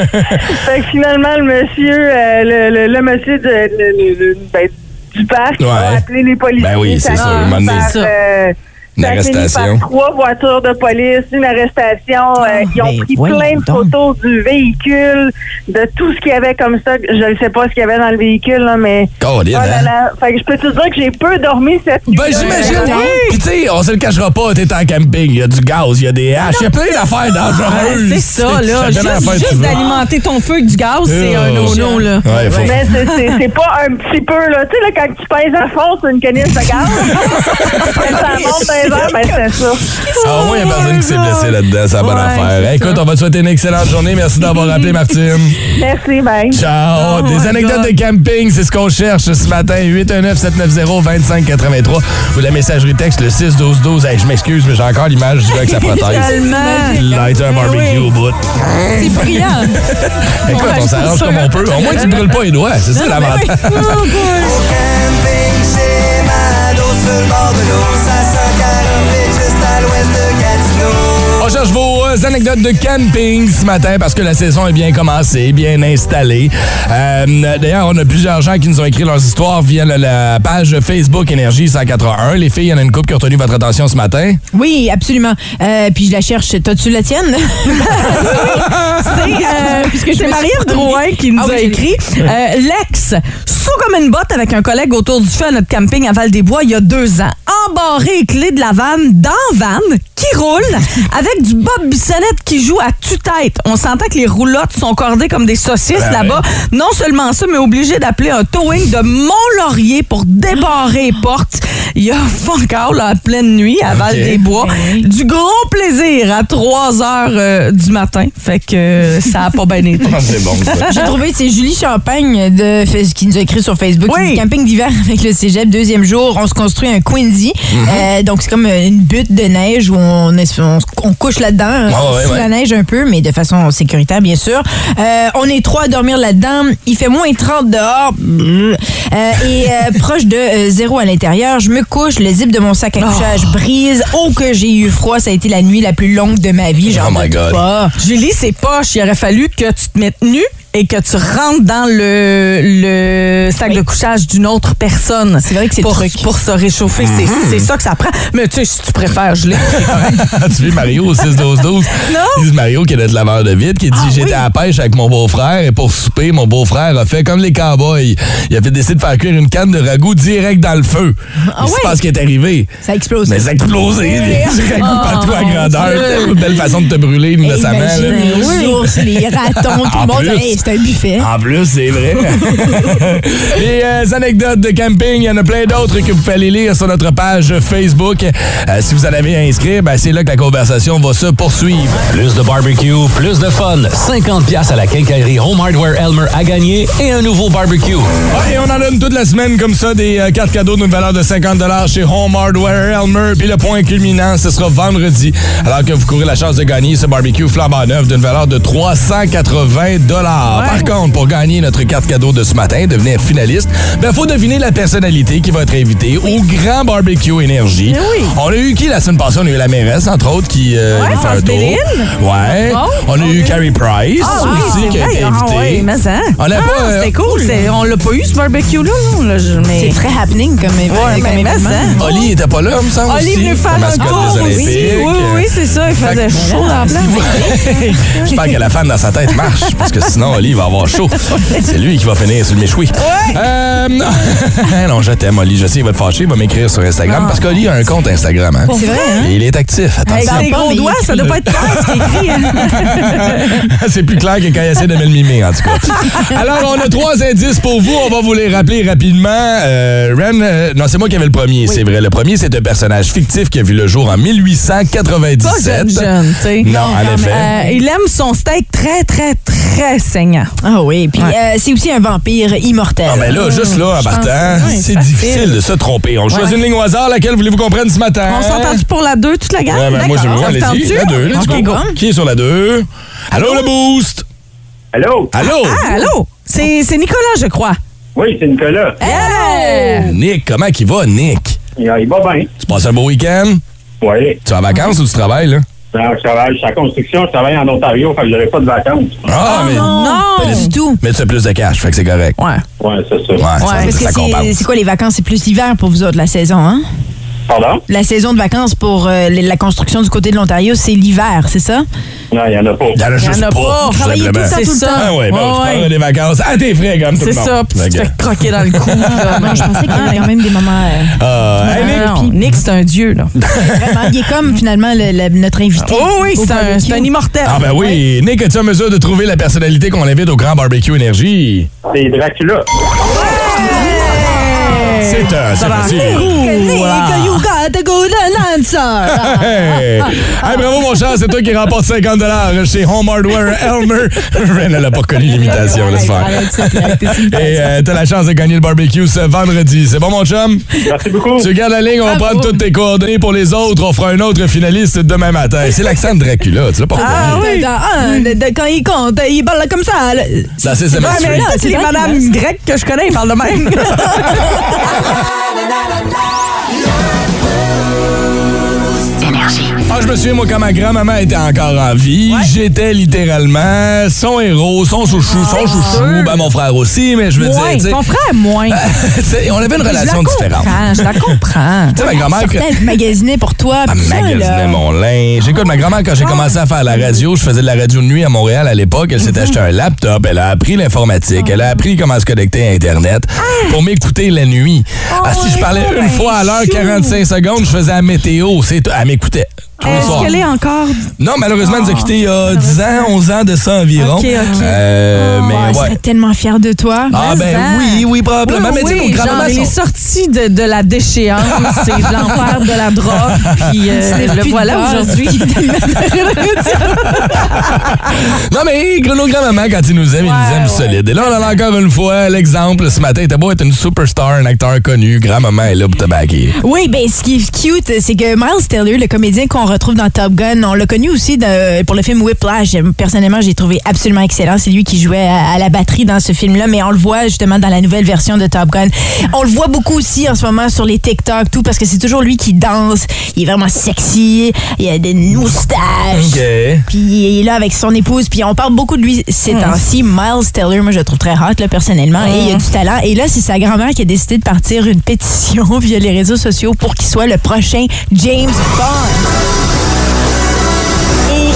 [SPEAKER 9] Fait que finalement, le monsieur, euh, le, le- le monsieur de- le- le- le- ben, du parc
[SPEAKER 1] Ouais.
[SPEAKER 9] a appelé les policiers.
[SPEAKER 1] Ben oui, c'est
[SPEAKER 9] Ça
[SPEAKER 1] sûr,
[SPEAKER 9] a
[SPEAKER 1] un
[SPEAKER 9] fini
[SPEAKER 1] moment donné.
[SPEAKER 9] par,
[SPEAKER 3] C'est ça.
[SPEAKER 9] euh,
[SPEAKER 1] Une
[SPEAKER 9] ça a fini par
[SPEAKER 1] arrestation.
[SPEAKER 9] Trois voitures de police, une arrestation. euh, ils ont
[SPEAKER 2] ben
[SPEAKER 9] pris
[SPEAKER 2] voyons
[SPEAKER 9] plein de
[SPEAKER 2] donc.
[SPEAKER 9] photos du véhicule, de tout ce qu'il y avait comme ça. Je ne sais pas ce qu'il y avait dans le véhicule, là, mais.
[SPEAKER 1] Colin,
[SPEAKER 9] Oh là
[SPEAKER 1] hein?
[SPEAKER 9] là. Fait que je peux te dire que j'ai peu dormi cette nuit.
[SPEAKER 1] Ben j'imagine, oui. Puis tu sais, on se le cachera pas, t'es en camping, il y a du gaz, il y a des haches, il y a plein d'affaires dangereuses.
[SPEAKER 3] Ah, C'est ça, là.
[SPEAKER 1] Tu fais bien l'affaire
[SPEAKER 3] Juste,
[SPEAKER 1] que tu
[SPEAKER 3] juste
[SPEAKER 1] veux. Euh,
[SPEAKER 3] d'alimenter ton feu avec du gaz, c'est un no-no, là.
[SPEAKER 1] Ouais, faut-
[SPEAKER 9] Mais c'est- c'est c'est pas un petit peu, là. Tu sais, là, quand tu pèses à fond sur une canisse de gaz, ça monte un verre, ben c'est ça.
[SPEAKER 1] Ah oui, il y a personne qui s'est blessé là-dedans, c'est la bonne
[SPEAKER 3] Ouais,
[SPEAKER 1] affaire.
[SPEAKER 3] c'est
[SPEAKER 1] Écoute, on va te souhaiter une excellente journée. Merci d'avoir appelé, Martine.
[SPEAKER 9] Merci, bye.
[SPEAKER 1] Ciao!
[SPEAKER 3] Oh
[SPEAKER 1] Des
[SPEAKER 3] my
[SPEAKER 1] anecdotes
[SPEAKER 3] God.
[SPEAKER 1] de camping, c'est ce qu'on cherche ce matin. 819-790-2583 ou la messagerie texte le 6-12-12. Hey, je m'excuse, mais j'ai encore l'image du gars avec sa prothèse.
[SPEAKER 3] Tellement. Ben
[SPEAKER 1] Lighter un barbecue
[SPEAKER 3] Oui.
[SPEAKER 1] au bout.
[SPEAKER 3] C'est brillant.
[SPEAKER 1] Écoute, on s'arrange comme on peut. Au moins, tu ne brûles pas les doigts. C'est ça l'avantage. On cherche vos euh, anecdotes de camping ce matin parce que la saison est bien commencée, bien installée. Euh, D'ailleurs, on a plusieurs gens qui nous ont écrit leurs histoires via la, la page Facebook Énergie 181. Les filles, il y en a une couple qui a retenu votre attention ce matin.
[SPEAKER 2] Oui, absolument. Euh, puis je la cherche. T'as-tu la tienne?
[SPEAKER 3] Euh,
[SPEAKER 2] Puisque je
[SPEAKER 3] C'est
[SPEAKER 2] me suis
[SPEAKER 3] Marie-Ève
[SPEAKER 2] promenée.
[SPEAKER 3] Drouin qui nous
[SPEAKER 2] Ah oui,
[SPEAKER 3] a
[SPEAKER 2] je l'ai.
[SPEAKER 3] écrit euh, Lex, sous comme une botte avec un collègue autour du feu à notre camping à Val-des-Bois il y a deux ans. Embarré clé de la vanne dans vanne qui roule avec du Bob Bissonnette qui joue à tue-tête. On s'entend que les roulottes sont cordées comme des saucisses
[SPEAKER 1] Ben
[SPEAKER 3] là-bas. Non seulement ça, mais obligé d'appeler un towing de Mont-Laurier pour débarrer les portes. Il y a fuck all, là, à pleine nuit à
[SPEAKER 2] Ben
[SPEAKER 3] Val-des-Bois. Du gros plaisir à 3 heures euh, du matin. Fait que euh, ça a pas bien été.
[SPEAKER 1] Ah, C'est bon, ça.
[SPEAKER 2] J'ai trouvé, c'est Julie Champagne de, qui nous a écrit sur Facebook.
[SPEAKER 3] Oui.
[SPEAKER 2] qui dit, Camping d'hiver avec le cégep, deuxième jour, on se construit un Quincy.
[SPEAKER 1] Mm-hmm.
[SPEAKER 2] Euh, donc, c'est comme une butte de neige où on, est- on, se- on couche là-dedans,
[SPEAKER 1] Ah ouais,
[SPEAKER 2] sous
[SPEAKER 1] ouais.
[SPEAKER 2] la neige un peu, mais de façon sécuritaire, bien sûr. Euh, on est trois à dormir là-dedans. Il fait moins 30 dehors. Euh, et euh, proche de euh, zéro à l'intérieur, je me couche, le zip de mon sac à couchage brise. Oh, que j'ai eu froid. Ça a été la nuit la plus longue de ma vie. J'en
[SPEAKER 1] Oh my
[SPEAKER 2] doute
[SPEAKER 1] God.
[SPEAKER 2] pas.
[SPEAKER 3] Julie, c'est poche. Il aurait fallu que tu te mettes nu et que tu rentres dans le, le sac
[SPEAKER 2] Oui.
[SPEAKER 3] de couchage d'une autre personne.
[SPEAKER 2] C'est vrai que c'est le
[SPEAKER 3] pour,
[SPEAKER 2] truc.
[SPEAKER 3] pour se réchauffer. C'est-
[SPEAKER 1] Mhm.
[SPEAKER 3] C'est ça que ça prend. Mais tu sais, si tu préfères, je l'ai.
[SPEAKER 1] tu vis Mario au 6-12-12?
[SPEAKER 3] Non.
[SPEAKER 1] Ils disent Mario qui est de laveur de vide, qui dit J'étais à la pêche avec mon beau-frère et pour souper, mon beau-frère a fait comme les cowboys. Il avait décidé de faire cuire une canne de ragoût direct dans le feu.
[SPEAKER 2] Ah
[SPEAKER 1] c'est
[SPEAKER 2] ouais?
[SPEAKER 1] pas ce qui est arrivé.
[SPEAKER 2] Ça explose.
[SPEAKER 1] Mais ça a explosé. J'ai ragoût partout à grandeur. Belle façon de te brûler, innocemment. là.
[SPEAKER 2] Imagine les ours, les ratons, tout
[SPEAKER 1] En
[SPEAKER 2] le monde.
[SPEAKER 1] plus.
[SPEAKER 2] Hey, c'est un buffet.
[SPEAKER 1] En plus, c'est vrai. Les euh, anecdotes de camping, il y en a plein d'autres que vous pouvez aller lire sur notre page Facebook. Euh, si vous en avez à inscrire, ben, c'est là que la conversation va se poursuivre.
[SPEAKER 4] Plus de barbecue, plus de fun. 50 pièces à la quincaillerie Home Hardware Elmer à gagner et un nouveau barbecue.
[SPEAKER 1] Ouais, et on en donne toute la semaine comme ça des euh, cartes cadeaux d'une valeur de 50 chez Home Hardware Elmer. Puis le point culminant, ce sera vendredi, alors que vous courez la chance de gagner ce barbecue flambant neuf d'une valeur de 380 dollars. Par contre, pour gagner notre carte cadeau de ce matin, devenir finaliste, ben faut deviner la personnalité qui va être invitée au grand barbecue énergie.
[SPEAKER 3] Eh
[SPEAKER 1] On a eu qui la semaine passée On a eu la mairesse entre autres qui euh, nous fait un tour.
[SPEAKER 3] Béline. Oh,
[SPEAKER 1] Ouais. On a eu Carrie Price
[SPEAKER 3] Ah
[SPEAKER 1] aussi qui a été invitée.
[SPEAKER 3] oui, mais ça. Ah,
[SPEAKER 1] On l'a pas, euh,
[SPEAKER 3] c'est cool. c'est- On l'a pas eu, ce barbecue-là. non, là, je- mais-
[SPEAKER 2] C'est très happening comme,
[SPEAKER 3] Ouais,
[SPEAKER 2] comme
[SPEAKER 3] mais
[SPEAKER 2] événement.
[SPEAKER 3] ça.
[SPEAKER 1] Oli était pas là, me semble.
[SPEAKER 3] Oli est
[SPEAKER 1] aussi,
[SPEAKER 3] venu faire
[SPEAKER 1] la
[SPEAKER 3] un
[SPEAKER 1] mascotte
[SPEAKER 3] tour
[SPEAKER 1] des
[SPEAKER 3] aussi.
[SPEAKER 1] Olympiques.
[SPEAKER 3] Oui, oui, c'est ça. Il faisait chaud dans la place.
[SPEAKER 1] J'espère qu'elle a fan dans sa tête marche, parce que sinon, Oli va avoir chaud. C'est lui qui va finir sur le méchoui. Euh, non. non, je t'aime, Oli. Je sais, il va te fâcher, il va m'écrire sur Instagram,
[SPEAKER 3] Ah.
[SPEAKER 1] parce qu'Oli a un compte Instagram. Hein?
[SPEAKER 2] C'est vrai, hein?
[SPEAKER 1] Et il est actif,
[SPEAKER 3] Avec
[SPEAKER 1] attention.
[SPEAKER 3] ses
[SPEAKER 2] pas,
[SPEAKER 3] gros
[SPEAKER 2] mais
[SPEAKER 3] doigts,
[SPEAKER 2] il
[SPEAKER 3] ça doit pas être clair ce qu'il écrit. hein.
[SPEAKER 1] C'est plus clair que quand il essaie de me le mimer, en tout cas. Alors, on a trois indices pour vous. On va vous les rappeler rapidement. Euh, Ren, euh, non, c'est moi qui avais le premier, c'est vrai. Le premier, c'est un personnage fictif qui a vu le jour en 1897.
[SPEAKER 3] Pas jeune, jeune, tu sais.
[SPEAKER 1] Non, en effet.
[SPEAKER 3] Euh, il aime son steak très, très, très saignant.
[SPEAKER 2] Ah oui, puis euh, c'est aussi un vampire immortel.
[SPEAKER 1] Ah ben là, juste là, en partant,
[SPEAKER 3] oui,
[SPEAKER 1] c'est
[SPEAKER 3] facile.
[SPEAKER 1] difficile de se tromper. On choisit une ligne au hasard, laquelle voulez-vous qu'on prenne ce matin?
[SPEAKER 3] On s'entend-tu pour la 2 toute la gamme?
[SPEAKER 1] Euh. Ouais, ben, moi, j'aime bien.
[SPEAKER 3] Ça
[SPEAKER 1] Allez-y,
[SPEAKER 3] vous
[SPEAKER 1] la
[SPEAKER 3] tente-tu?
[SPEAKER 1] 2,
[SPEAKER 3] Ok, go.
[SPEAKER 1] Qui est sur la 2? Allô, le boost?
[SPEAKER 5] Allô?
[SPEAKER 1] Allô?
[SPEAKER 3] Ah, allô? C'est c'est Nicolas, je crois.
[SPEAKER 5] Oui, c'est Nicolas.
[SPEAKER 3] Hey!
[SPEAKER 1] Nick, comment qu'il va, Nick?
[SPEAKER 5] Il il va bien.
[SPEAKER 1] Tu passes un beau week-end?
[SPEAKER 5] Oui.
[SPEAKER 1] Tu es en vacances ou tu travailles, là?
[SPEAKER 5] Alors, Je travaille, je suis en construction, je travaille en Ontario, fait que j'aurais pas de vacances.
[SPEAKER 1] Ah, mais,
[SPEAKER 3] Non!
[SPEAKER 2] Pas du tout.
[SPEAKER 1] mais tu as plus de cash, fait que c'est correct.
[SPEAKER 3] Ouais.
[SPEAKER 5] Ouais, c'est ça.
[SPEAKER 1] Ouais, ça,
[SPEAKER 2] Parce
[SPEAKER 1] ça
[SPEAKER 2] que c'est-
[SPEAKER 1] compense.
[SPEAKER 2] c'est quoi les vacances? C'est plus l'hiver pour vous autres, la saison, hein?
[SPEAKER 5] Pardon?
[SPEAKER 2] La saison de vacances pour euh, les- la construction du côté de l'Ontario, c'est l'hiver, c'est ça?
[SPEAKER 5] Non, il y en a pas.
[SPEAKER 1] Il y en a juste
[SPEAKER 3] en a pas.
[SPEAKER 1] pas. tout
[SPEAKER 3] Travailler
[SPEAKER 1] simplement.
[SPEAKER 3] tout ça, tout le temps.
[SPEAKER 1] Ah ouais, bon, tu
[SPEAKER 3] Ouais,
[SPEAKER 1] prends
[SPEAKER 3] ouais.
[SPEAKER 1] des vacances à tes frais, comme tout le
[SPEAKER 3] C'est
[SPEAKER 1] monde.
[SPEAKER 3] ça, puis tu te
[SPEAKER 1] Fait que-
[SPEAKER 3] fais croquer dans le cou. là.
[SPEAKER 2] je pensais qu'il y avait quand même des moments euh,
[SPEAKER 1] Ah, hey, Nick,
[SPEAKER 3] Non, non, Nick, c'est un dieu, là.
[SPEAKER 2] vraiment. Il est comme finalement le- le- notre invité.
[SPEAKER 3] Oh oui,
[SPEAKER 2] au
[SPEAKER 3] c'est un,
[SPEAKER 2] barbecue.
[SPEAKER 3] c'est un immortel.
[SPEAKER 1] Ah ben oui, Nick, es-tu en mesure de trouver la personnalité qu'on invite au Grand Barbecue Énergie?
[SPEAKER 5] C'est Dracula.
[SPEAKER 3] Euh,
[SPEAKER 1] C'est un, c'est facile. oh,
[SPEAKER 2] You got a golden answer.
[SPEAKER 1] Hey. Hey, bravo mon cher, c'est toi qui remporte 50 chez Home Hardware Elmer. Ren, elle a pas reconnu l'imitation, laisse faire. Et euh, t'as la chance de gagner le barbecue ce vendredi. C'est bon mon chum?
[SPEAKER 5] Merci beaucoup.
[SPEAKER 1] Tu gardes la ligne, on va prendre toutes tes coordonnées pour les autres. On fera un autre finaliste demain matin. C'est l'accent de Dracula, tu l'as pas
[SPEAKER 3] Ah
[SPEAKER 1] reconnu.
[SPEAKER 3] oui.
[SPEAKER 2] Ah, de- de- quand il compte, il parle comme ça. là. Ah,
[SPEAKER 1] Ça, Mm. c'est Sesame
[SPEAKER 3] Ouais, Ah, mais
[SPEAKER 1] Street.
[SPEAKER 3] là, toutes
[SPEAKER 2] C'est
[SPEAKER 3] les
[SPEAKER 2] vrai qu'il
[SPEAKER 3] madames grecques que je connais, ils parlent de même.
[SPEAKER 7] énergie.
[SPEAKER 1] Ah, je me souviens, moi, quand ma grand-maman était encore en vie, j'étais littéralement son héros, son chouchou, son chouchou. Ben, mon frère aussi, mais je veux dire,
[SPEAKER 3] Moins.
[SPEAKER 1] tu sais,
[SPEAKER 3] Ton frère, moins.
[SPEAKER 1] c'est- on avait une
[SPEAKER 3] Je la
[SPEAKER 1] relation différente.
[SPEAKER 3] comprends, je la comprends.
[SPEAKER 1] Tu sais, ma grand-mère, que-
[SPEAKER 2] Peut-être magasiner pour toi.
[SPEAKER 1] elle
[SPEAKER 2] pis ça,
[SPEAKER 1] magasinait
[SPEAKER 2] là.
[SPEAKER 1] mon linge. J'écoute, ma grand-mère, quand j'ai
[SPEAKER 3] Ah.
[SPEAKER 1] commencé à faire la radio, je faisais de la radio de nuit à Montréal à l'époque, elle
[SPEAKER 3] Mhm.
[SPEAKER 1] s'était acheté un laptop, elle a appris l'informatique, elle a appris comment se connecter à Internet
[SPEAKER 3] Ah.
[SPEAKER 1] pour m'écouter la nuit. Ah, si je parlais
[SPEAKER 3] ben,
[SPEAKER 1] une fois à l'heure, 45 secondes, je faisais la météo, c'est tout. Elle m'écoutait. tous les soirs.
[SPEAKER 3] Est-ce qu'elle est encore... Ah,
[SPEAKER 1] Non, malheureusement, elle nous a quittés il y a 10 ans, 11 ans de ça environ.
[SPEAKER 3] Ok, ok. Ah,
[SPEAKER 1] Euh, mais
[SPEAKER 2] Ouais, elle serait
[SPEAKER 1] ouais.
[SPEAKER 2] tellement fière de toi.
[SPEAKER 1] Ah ben
[SPEAKER 3] ça.
[SPEAKER 1] oui, oui, probablement. mais tu sais,
[SPEAKER 3] oui,
[SPEAKER 1] nos
[SPEAKER 3] genre,
[SPEAKER 1] grands-mamans
[SPEAKER 3] il est
[SPEAKER 1] sont-
[SPEAKER 3] sorti de, de la déchéance et de l'enfer de la drogue, puis euh,
[SPEAKER 2] Tu n'es plus
[SPEAKER 3] le
[SPEAKER 2] de
[SPEAKER 3] voilà
[SPEAKER 2] base.
[SPEAKER 3] aujourd'hui.
[SPEAKER 1] Non, mais nos grands-mamans, quand ils nous aiment, ils nous aiment solide. Et là, on en a encore une fois l'exemple. Ce matin, t'as beau être une superstar, un acteur connu, grand-maman est là pour te baguer.
[SPEAKER 2] Oui, ben ce qui est cute, c'est que Miles Teller, le comédien qu'on retrouve dans Top Gun, on l'a connu aussi de- pour le film Whiplash. J'aime- Personnellement, j'ai trouvé absolument excellent. C'est lui qui jouait à, à la batterie dans ce film-là, mais on le voit justement dans la nouvelle version de Top Gun. On le voit beaucoup aussi en ce moment sur les TikTok, tout, parce que c'est toujours lui qui danse. Il est vraiment sexy, il a des moustaches.
[SPEAKER 1] OK.
[SPEAKER 2] Puis il est là avec son épouse. Puis on parle beaucoup de lui ces
[SPEAKER 3] Mm.
[SPEAKER 2] temps-ci. Miles Teller, moi, je le trouve très hot, là, personnellement. Et il a du talent. Et là, c'est sa grand-mère qui a décidé de partir une pétition via les réseaux sociaux pour qu'il soit le prochain James Bond. Et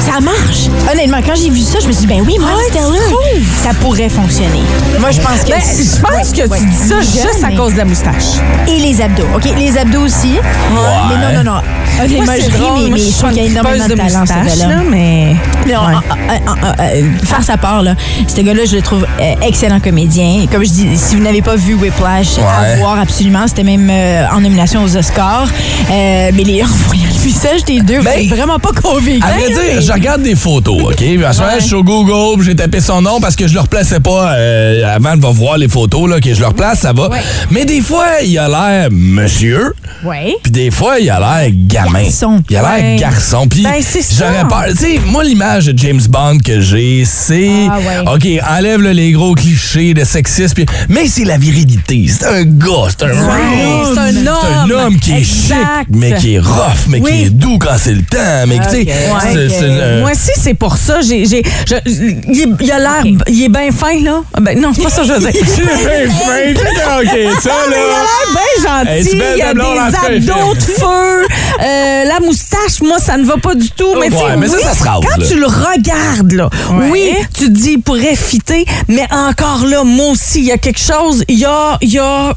[SPEAKER 2] ça marche. Honnêtement, quand j'ai vu ça, je me suis dit, ben oui,
[SPEAKER 3] Ah,
[SPEAKER 2] Miles Teller, ça pourrait fonctionner. Moi, je pense que...
[SPEAKER 3] Ben, je pense que
[SPEAKER 2] Ouais,
[SPEAKER 3] tu
[SPEAKER 2] ouais.
[SPEAKER 3] dis ça juste à
[SPEAKER 2] Jeune,
[SPEAKER 3] cause de la moustache.
[SPEAKER 2] Et les abdos, OK? Les abdos aussi. Mais non, non, non. Honnêtement,
[SPEAKER 3] Moi,
[SPEAKER 2] je
[SPEAKER 3] c'est
[SPEAKER 2] ris,
[SPEAKER 3] drôle.
[SPEAKER 2] mais-
[SPEAKER 3] Moi,
[SPEAKER 2] mais
[SPEAKER 3] je
[SPEAKER 2] je
[SPEAKER 3] suis
[SPEAKER 2] trouve
[SPEAKER 3] une
[SPEAKER 2] qu'il y a énormément de
[SPEAKER 3] coupeuse
[SPEAKER 2] talent, ce
[SPEAKER 3] moustache,
[SPEAKER 2] gars-là.
[SPEAKER 3] là, mais...
[SPEAKER 2] Mais on-
[SPEAKER 3] Ouais.
[SPEAKER 2] on- on- on- euh, faire sa part, là. Ce gars-là, je le trouve euh, excellent comédien. Et Comme je dis, si vous n'avez pas vu Whiplash,
[SPEAKER 1] Ouais.
[SPEAKER 2] à voir absolument. C'était même euh, en nomination aux Oscars. Euh, mais les, en voyant le visage des deux, vous
[SPEAKER 1] Ben,
[SPEAKER 2] êtes vraiment pas convaincus.
[SPEAKER 3] Ben
[SPEAKER 1] À vrai dire, je regarde des photos, OK? En ce moment, je suis sur Google, puis j'ai tapé son nom parce que je le replaçais pas euh, avant de voir les photos, là, que je le replace, ça va. Mais des fois, il a l'air monsieur.
[SPEAKER 2] Ouais.
[SPEAKER 1] Puis des fois, il a l'air gamin.
[SPEAKER 2] Garçon.
[SPEAKER 1] Il a l'air
[SPEAKER 3] Ouais.
[SPEAKER 1] garçon. Puis
[SPEAKER 3] Ben, c'est ça.
[SPEAKER 1] j'aurais peur. Tu sais, moi, l'image de James Bond que j'ai, c'est.
[SPEAKER 2] Ah,
[SPEAKER 1] OK, enlève là, les gros clichés de sexisme. puis- Mais c'est la virilité. C'est un gars. C'est un
[SPEAKER 3] c'est un homme.
[SPEAKER 1] C'est un homme qui est
[SPEAKER 3] Exact.
[SPEAKER 1] chic, mais qui est rough, mais
[SPEAKER 3] Oui.
[SPEAKER 1] qui est doux quand c'est le temps. Mais tu sais,
[SPEAKER 3] Ok.
[SPEAKER 1] c'est-
[SPEAKER 3] Ouais.
[SPEAKER 1] c'est un euh,
[SPEAKER 3] Moi aussi, c'est pour ça. J'ai, j'ai, je- il, est- il a l'air. Il est bien fin, là. Ah, Ben, non, c'est pas ça que je veux dire.
[SPEAKER 1] C'est bien fin. OK, ça,
[SPEAKER 3] Ah, mais il
[SPEAKER 1] là.
[SPEAKER 3] a l'air bien
[SPEAKER 1] Hey,
[SPEAKER 3] gentil.
[SPEAKER 1] c'est belle
[SPEAKER 3] il a
[SPEAKER 1] ta blonde, en tout cas,
[SPEAKER 3] des abdos de feu. Euh, la moustache, moi, ça ne va pas du tout. Mais, tu sais,
[SPEAKER 1] Ouais, mais ça,
[SPEAKER 3] oui,
[SPEAKER 1] ça se rase,
[SPEAKER 3] quand
[SPEAKER 1] là.
[SPEAKER 3] tu le regardes, là,
[SPEAKER 2] Ouais.
[SPEAKER 3] oui, tu te dis, il pourrait fitter, mais encore là, moi aussi, il y a quelque chose. Il y a. il y a-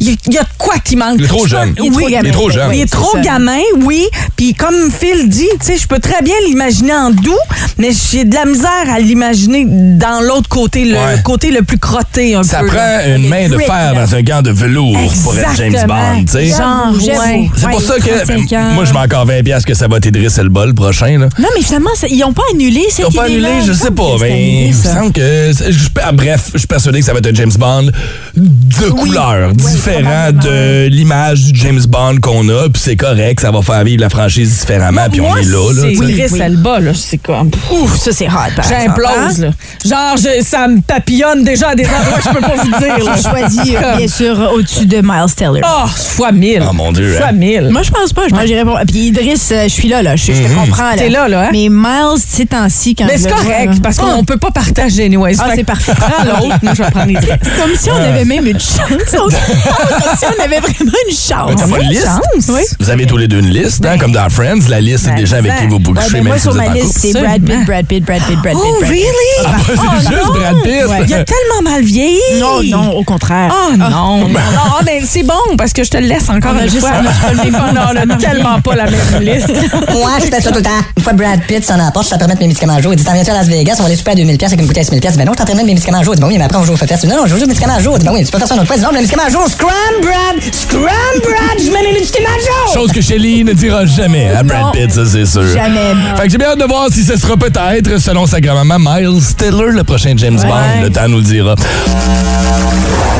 [SPEAKER 3] il y a- il y a de quoi qui manque.
[SPEAKER 1] Il est trop
[SPEAKER 3] Je
[SPEAKER 1] jeune.
[SPEAKER 3] peux-
[SPEAKER 1] Il est trop
[SPEAKER 3] oui,
[SPEAKER 1] gamin. Il est trop jeune.
[SPEAKER 3] Il
[SPEAKER 2] Oui,
[SPEAKER 3] est
[SPEAKER 2] c'est
[SPEAKER 3] trop
[SPEAKER 2] ça.
[SPEAKER 3] gamin, oui. Puis comme Phil dit, tu sais, je peux très bien l'imaginer en doux, mais j'ai de la misère à l'imaginer dans l'autre côté, le
[SPEAKER 1] Ouais.
[SPEAKER 3] côté le plus crotté un
[SPEAKER 1] Ça
[SPEAKER 3] peu. là.
[SPEAKER 1] prend une main de
[SPEAKER 2] Rick,
[SPEAKER 1] fer
[SPEAKER 2] là.
[SPEAKER 1] dans un gant de velours pour être James Bond, tu sais.
[SPEAKER 2] Genre,
[SPEAKER 3] ouais.
[SPEAKER 2] j'avoue.
[SPEAKER 1] C'est
[SPEAKER 2] Ouais,
[SPEAKER 1] pour ça que
[SPEAKER 2] 35
[SPEAKER 1] ben,
[SPEAKER 2] ans.
[SPEAKER 1] moi je mets encore 20 pièces que ça va t'aider c'est le bol prochain là.
[SPEAKER 2] Non, mais finalement, ça- ils n'ont pas annulé
[SPEAKER 1] Ils
[SPEAKER 2] cette
[SPEAKER 1] n'ont pas
[SPEAKER 2] idée-là.
[SPEAKER 1] annulé,
[SPEAKER 2] Il
[SPEAKER 1] je
[SPEAKER 2] me
[SPEAKER 1] sais
[SPEAKER 2] semble
[SPEAKER 1] pas,
[SPEAKER 2] que c'est
[SPEAKER 1] mais
[SPEAKER 2] annulé,
[SPEAKER 1] il me
[SPEAKER 2] ça.
[SPEAKER 1] semble que c'est- je- ah, bref, je suis persuadé que ça va être un James Bond de couleur, différent de l'image du James Bond qu'on a, puis c'est correct, ça va faire vivre la franchise différemment, Ah, puis on
[SPEAKER 3] Moi,
[SPEAKER 1] est là là.
[SPEAKER 3] c'est
[SPEAKER 1] tu sais.
[SPEAKER 3] Idriss
[SPEAKER 2] Oui.
[SPEAKER 3] Elba, là, c'est comme...
[SPEAKER 2] Ouf, ça, c'est hot. par
[SPEAKER 3] J'implose,
[SPEAKER 2] exemple, hein.
[SPEAKER 3] là. Genre, je- ça me papillonne déjà à des endroits que je peux pas vous dire,
[SPEAKER 2] hein?
[SPEAKER 3] là.
[SPEAKER 2] J'ai choisi, euh, bien sûr, au-dessus de Miles Teller.
[SPEAKER 3] Oh, fois mille.
[SPEAKER 1] Oh, mon Dieu,
[SPEAKER 3] Fois
[SPEAKER 1] hein.
[SPEAKER 3] mille.
[SPEAKER 2] Moi, je pense pas. Je pense que j'irais pour. Puis Idriss, euh, je suis là, là. Je,
[SPEAKER 1] Mhm.
[SPEAKER 2] je te comprends. là.
[SPEAKER 3] T'es là, là, hein?
[SPEAKER 2] Mais Miles, ces temps-ci, quand
[SPEAKER 3] Mais
[SPEAKER 2] je
[SPEAKER 3] c'est
[SPEAKER 2] le vois,
[SPEAKER 3] correct,
[SPEAKER 2] là-
[SPEAKER 3] parce qu'on peut pas partager, anyways.
[SPEAKER 2] Ah,
[SPEAKER 3] Fait
[SPEAKER 2] c'est
[SPEAKER 3] que
[SPEAKER 2] parfait.
[SPEAKER 3] Prends l'autre, moi, je vais prendre Idriss. Ah.
[SPEAKER 2] C'est comme si on avait même une chance. C'est comme si on avait vraiment une
[SPEAKER 1] Mais
[SPEAKER 2] chance.
[SPEAKER 1] t'as pas de liste?
[SPEAKER 3] chance.
[SPEAKER 2] Oui.
[SPEAKER 1] Vous avez tous les deux une liste, hein, comme dans Friends, la liste c'est des gens avec qui vous
[SPEAKER 2] Ouais,
[SPEAKER 1] couchez
[SPEAKER 2] ben,
[SPEAKER 1] même
[SPEAKER 2] moi,
[SPEAKER 1] si
[SPEAKER 2] sur
[SPEAKER 1] vous êtes
[SPEAKER 2] ma
[SPEAKER 1] en
[SPEAKER 2] liste,
[SPEAKER 1] couple.
[SPEAKER 2] c'est Brad Pitt, Brad Pitt, Brad Pitt, Brad Pitt.
[SPEAKER 3] Oh,
[SPEAKER 2] Brad Pitt.
[SPEAKER 3] really?
[SPEAKER 1] ben, Ah, bah, c'est juste Brad Pitt.
[SPEAKER 2] Ouais.
[SPEAKER 3] Il a tellement mal vieilli.
[SPEAKER 2] Non, non, au contraire.
[SPEAKER 3] Oh non!
[SPEAKER 2] Ah,
[SPEAKER 3] non, non, mais c'est bon parce que je te le laisse encore
[SPEAKER 2] On a
[SPEAKER 3] une
[SPEAKER 2] juste-
[SPEAKER 3] fois.
[SPEAKER 2] on a juste pas le même
[SPEAKER 3] Non,
[SPEAKER 2] nom, ça
[SPEAKER 3] on a
[SPEAKER 2] marche
[SPEAKER 3] tellement
[SPEAKER 2] bien.
[SPEAKER 3] pas la même liste.
[SPEAKER 10] Moi, je fais ça tout le temps. Une fois Brad Pitt s'en emporte, je t'entraîne de mes médicaments à jour. Il dit, t'en viens-tu à Las Vegas, on va aller super à 2000 pièces avec une bouteille à 6000 pièces. Ben non, je t'entraîne de mes médicaments à jour. Il dit, ben oui, mais après, on joue au fête Non, non, je joue aux médicaments à jour. Il dit, ben oui, tu peux faire ça une autre fois. Il dit, non, mais les médicaments à jour, scram, Brad, scram, Brad, je mets mes médicaments à jour.
[SPEAKER 1] Chose que Shelly ne dira jamais à Brad
[SPEAKER 2] Non.
[SPEAKER 1] Pitt, ça c'est sûr.
[SPEAKER 2] Jamais.
[SPEAKER 1] Fait que j'ai bien hâte de voir si ce sera peut-être, selon sa grand-maman, Miles Teller, le prochain James Bond. Le temps nous le dira.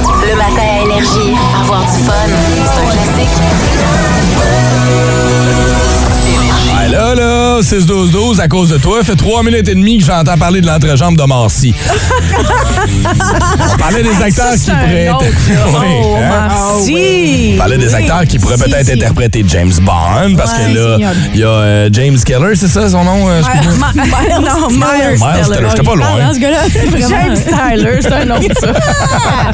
[SPEAKER 7] Le matin à Énergie. Avoir du fun. C'est un classique.
[SPEAKER 1] Ah, là, là, 6-12-12, à cause de toi, fait trois minutes et demie que j'entends parler de l'entrejambe de Marcy. On parlait des acteurs qui
[SPEAKER 3] c'est un
[SPEAKER 1] pourraient...
[SPEAKER 3] autre, là.
[SPEAKER 1] Oui,
[SPEAKER 3] Oh,
[SPEAKER 1] hein?
[SPEAKER 2] Ah
[SPEAKER 3] Si!
[SPEAKER 1] On parlait des acteurs qui pourraient peut-être interpréter James Bond, parce
[SPEAKER 2] Ouais,
[SPEAKER 1] que là,
[SPEAKER 2] c'est
[SPEAKER 1] il y a euh, James Keller, c'est ça son nom? euh,
[SPEAKER 3] Ah,
[SPEAKER 1] excuse-moi?
[SPEAKER 2] Non, Miles.
[SPEAKER 1] Miles Teller, j'étais pas loin.
[SPEAKER 2] Non, ce gars-là, c'est vraiment.
[SPEAKER 3] James Tyler, c'est un autre ça.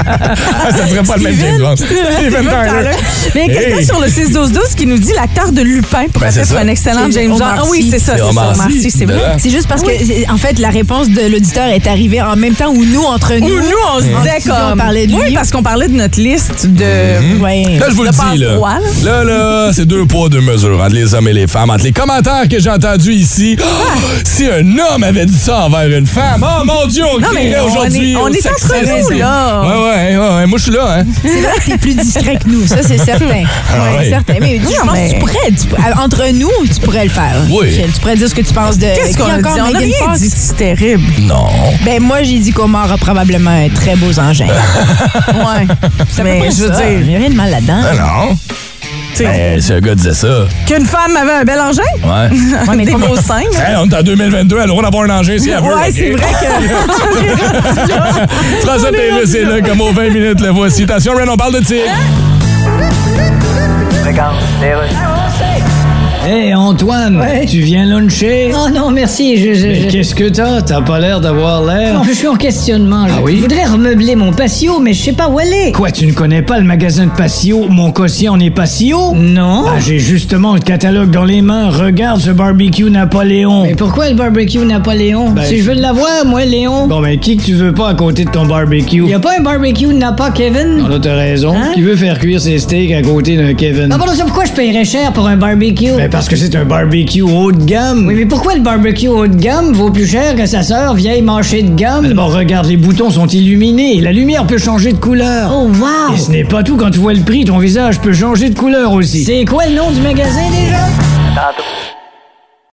[SPEAKER 1] Ah, ça serait pas le même James Bond. Steven Tyler.
[SPEAKER 3] Mais il y a quelqu'un
[SPEAKER 1] Hey.
[SPEAKER 3] sur le 6-12-12 qui nous dit l'acteur de Lupin pourrait
[SPEAKER 1] Ben, c'est
[SPEAKER 3] être
[SPEAKER 1] ça.
[SPEAKER 3] un excellent
[SPEAKER 2] C'est
[SPEAKER 3] James Bond.
[SPEAKER 2] Omar
[SPEAKER 3] Ah
[SPEAKER 2] Sy.
[SPEAKER 3] oui, c'est ça,
[SPEAKER 1] C'est
[SPEAKER 3] c'est ça.
[SPEAKER 1] Omar Sy,
[SPEAKER 3] Merci, c'est
[SPEAKER 1] de là.
[SPEAKER 3] vrai.
[SPEAKER 2] C'est juste parce que, en fait, la réponse de l'auditeur est arrivée en même temps où nous, entre nous.
[SPEAKER 3] Ou nous, on se disait
[SPEAKER 2] studio,
[SPEAKER 3] comme.
[SPEAKER 2] Hein? on parlait de lui.
[SPEAKER 3] Oui, parce qu'on parlait de notre liste
[SPEAKER 1] Mm-hmm.
[SPEAKER 3] de.
[SPEAKER 2] Ouais.
[SPEAKER 1] Là, je vous le
[SPEAKER 3] Le
[SPEAKER 1] dis, là.
[SPEAKER 3] passe-droit,
[SPEAKER 1] Là, là, c'est deux poids, deux mesures entre les hommes et les femmes, entre les commentaires que j'ai entendus ici.
[SPEAKER 3] Ah!
[SPEAKER 1] Oh, si un homme avait dit ça envers une femme, oh mon Dieu, on
[SPEAKER 3] Non, mais
[SPEAKER 1] crierait
[SPEAKER 3] on
[SPEAKER 1] aujourd'hui.
[SPEAKER 3] est- on
[SPEAKER 1] au
[SPEAKER 3] est entre
[SPEAKER 1] sexisme.
[SPEAKER 3] nous, là.
[SPEAKER 1] Ouais, ouais, ouais, ouais, moi, je suis là, hein.
[SPEAKER 2] C'est vrai que t'es plus discret que nous, ça c'est certain.
[SPEAKER 1] Ah
[SPEAKER 2] Ouais,
[SPEAKER 1] ouais.
[SPEAKER 2] certain. Mais
[SPEAKER 3] Non,
[SPEAKER 2] je pense
[SPEAKER 3] mais-
[SPEAKER 2] que tu pourrais, tu pourrais- euh, entre nous, tu pourrais le faire.
[SPEAKER 1] Oui.
[SPEAKER 2] Michel. Tu pourrais dire ce que tu penses de. Qui
[SPEAKER 3] Qu'est-ce qu'on a dit?
[SPEAKER 2] encore,
[SPEAKER 3] On a
[SPEAKER 2] Megan
[SPEAKER 3] rien
[SPEAKER 2] Fox?
[SPEAKER 3] dit, c'est terrible.
[SPEAKER 1] Non.
[SPEAKER 2] Ben moi j'ai dit qu'Omar a probablement un très beau engin. ouais. C'est à peu
[SPEAKER 3] Mais
[SPEAKER 2] près
[SPEAKER 3] je veux
[SPEAKER 2] ça.
[SPEAKER 3] dire-
[SPEAKER 2] il y a rien de mal là-dedans.
[SPEAKER 1] Ah, non. Ben, si un gars disait ça,
[SPEAKER 3] Qu'une femme avait un bel engin?
[SPEAKER 1] ouais.
[SPEAKER 3] Ouais, mais des beaux seins. là.
[SPEAKER 1] Hey, on est en 2022, elle a le droit d'avoir un engin si elle veut.
[SPEAKER 3] Ouais,
[SPEAKER 1] ok?
[SPEAKER 3] c'est vrai que.
[SPEAKER 1] François Pérusse est là comme aux 20 minutes, le voici. Attention, Ren, on parle de tigre.
[SPEAKER 6] Hey Eh, Antoine, tu viens luncher?
[SPEAKER 10] Oh non, merci, je, je,
[SPEAKER 6] Mais
[SPEAKER 10] je-
[SPEAKER 6] qu'est-ce que t'as? T'as pas l'air d'avoir l'air.
[SPEAKER 10] Non, je suis en questionnement. Je
[SPEAKER 6] Ah oui?
[SPEAKER 10] je voudrais remeubler mon patio, mais je sais pas où aller.
[SPEAKER 6] Quoi, tu ne connais pas le magasin de patio? Mon quotient est patio?
[SPEAKER 10] Non.
[SPEAKER 6] Ah, j'ai justement le catalogue dans les mains. Regarde ce barbecue Napoléon.
[SPEAKER 10] Mais pourquoi le barbecue Napoléon?
[SPEAKER 6] Ben,
[SPEAKER 10] si je veux l'avoir, moi, Léon.
[SPEAKER 6] Bon, mais qui que tu veux pas à côté de ton barbecue?
[SPEAKER 10] Y a pas un barbecue Napa Kevin?
[SPEAKER 6] Non, là, t'as raison.
[SPEAKER 10] Hein?
[SPEAKER 6] Qui veut faire cuire ses steaks à côté d'un Kevin?
[SPEAKER 10] Ah, pardon, ça, pourquoi je paierais cher pour un barbecue?
[SPEAKER 6] Ben, parce que c'est un barbecue haut de gamme.
[SPEAKER 10] Oui, mais pourquoi le barbecue haut de gamme vaut plus cher que sa sœur vieille manchée de
[SPEAKER 6] Mais
[SPEAKER 10] gamme?
[SPEAKER 6] Ben, D'abord, regarde, les boutons sont illuminés. La lumière peut changer de couleur.
[SPEAKER 10] Oh, wow!
[SPEAKER 6] Et ce n'est pas tout, quand tu vois le prix, ton visage peut changer de couleur aussi.
[SPEAKER 10] C'est quoi le nom du magasin déjà?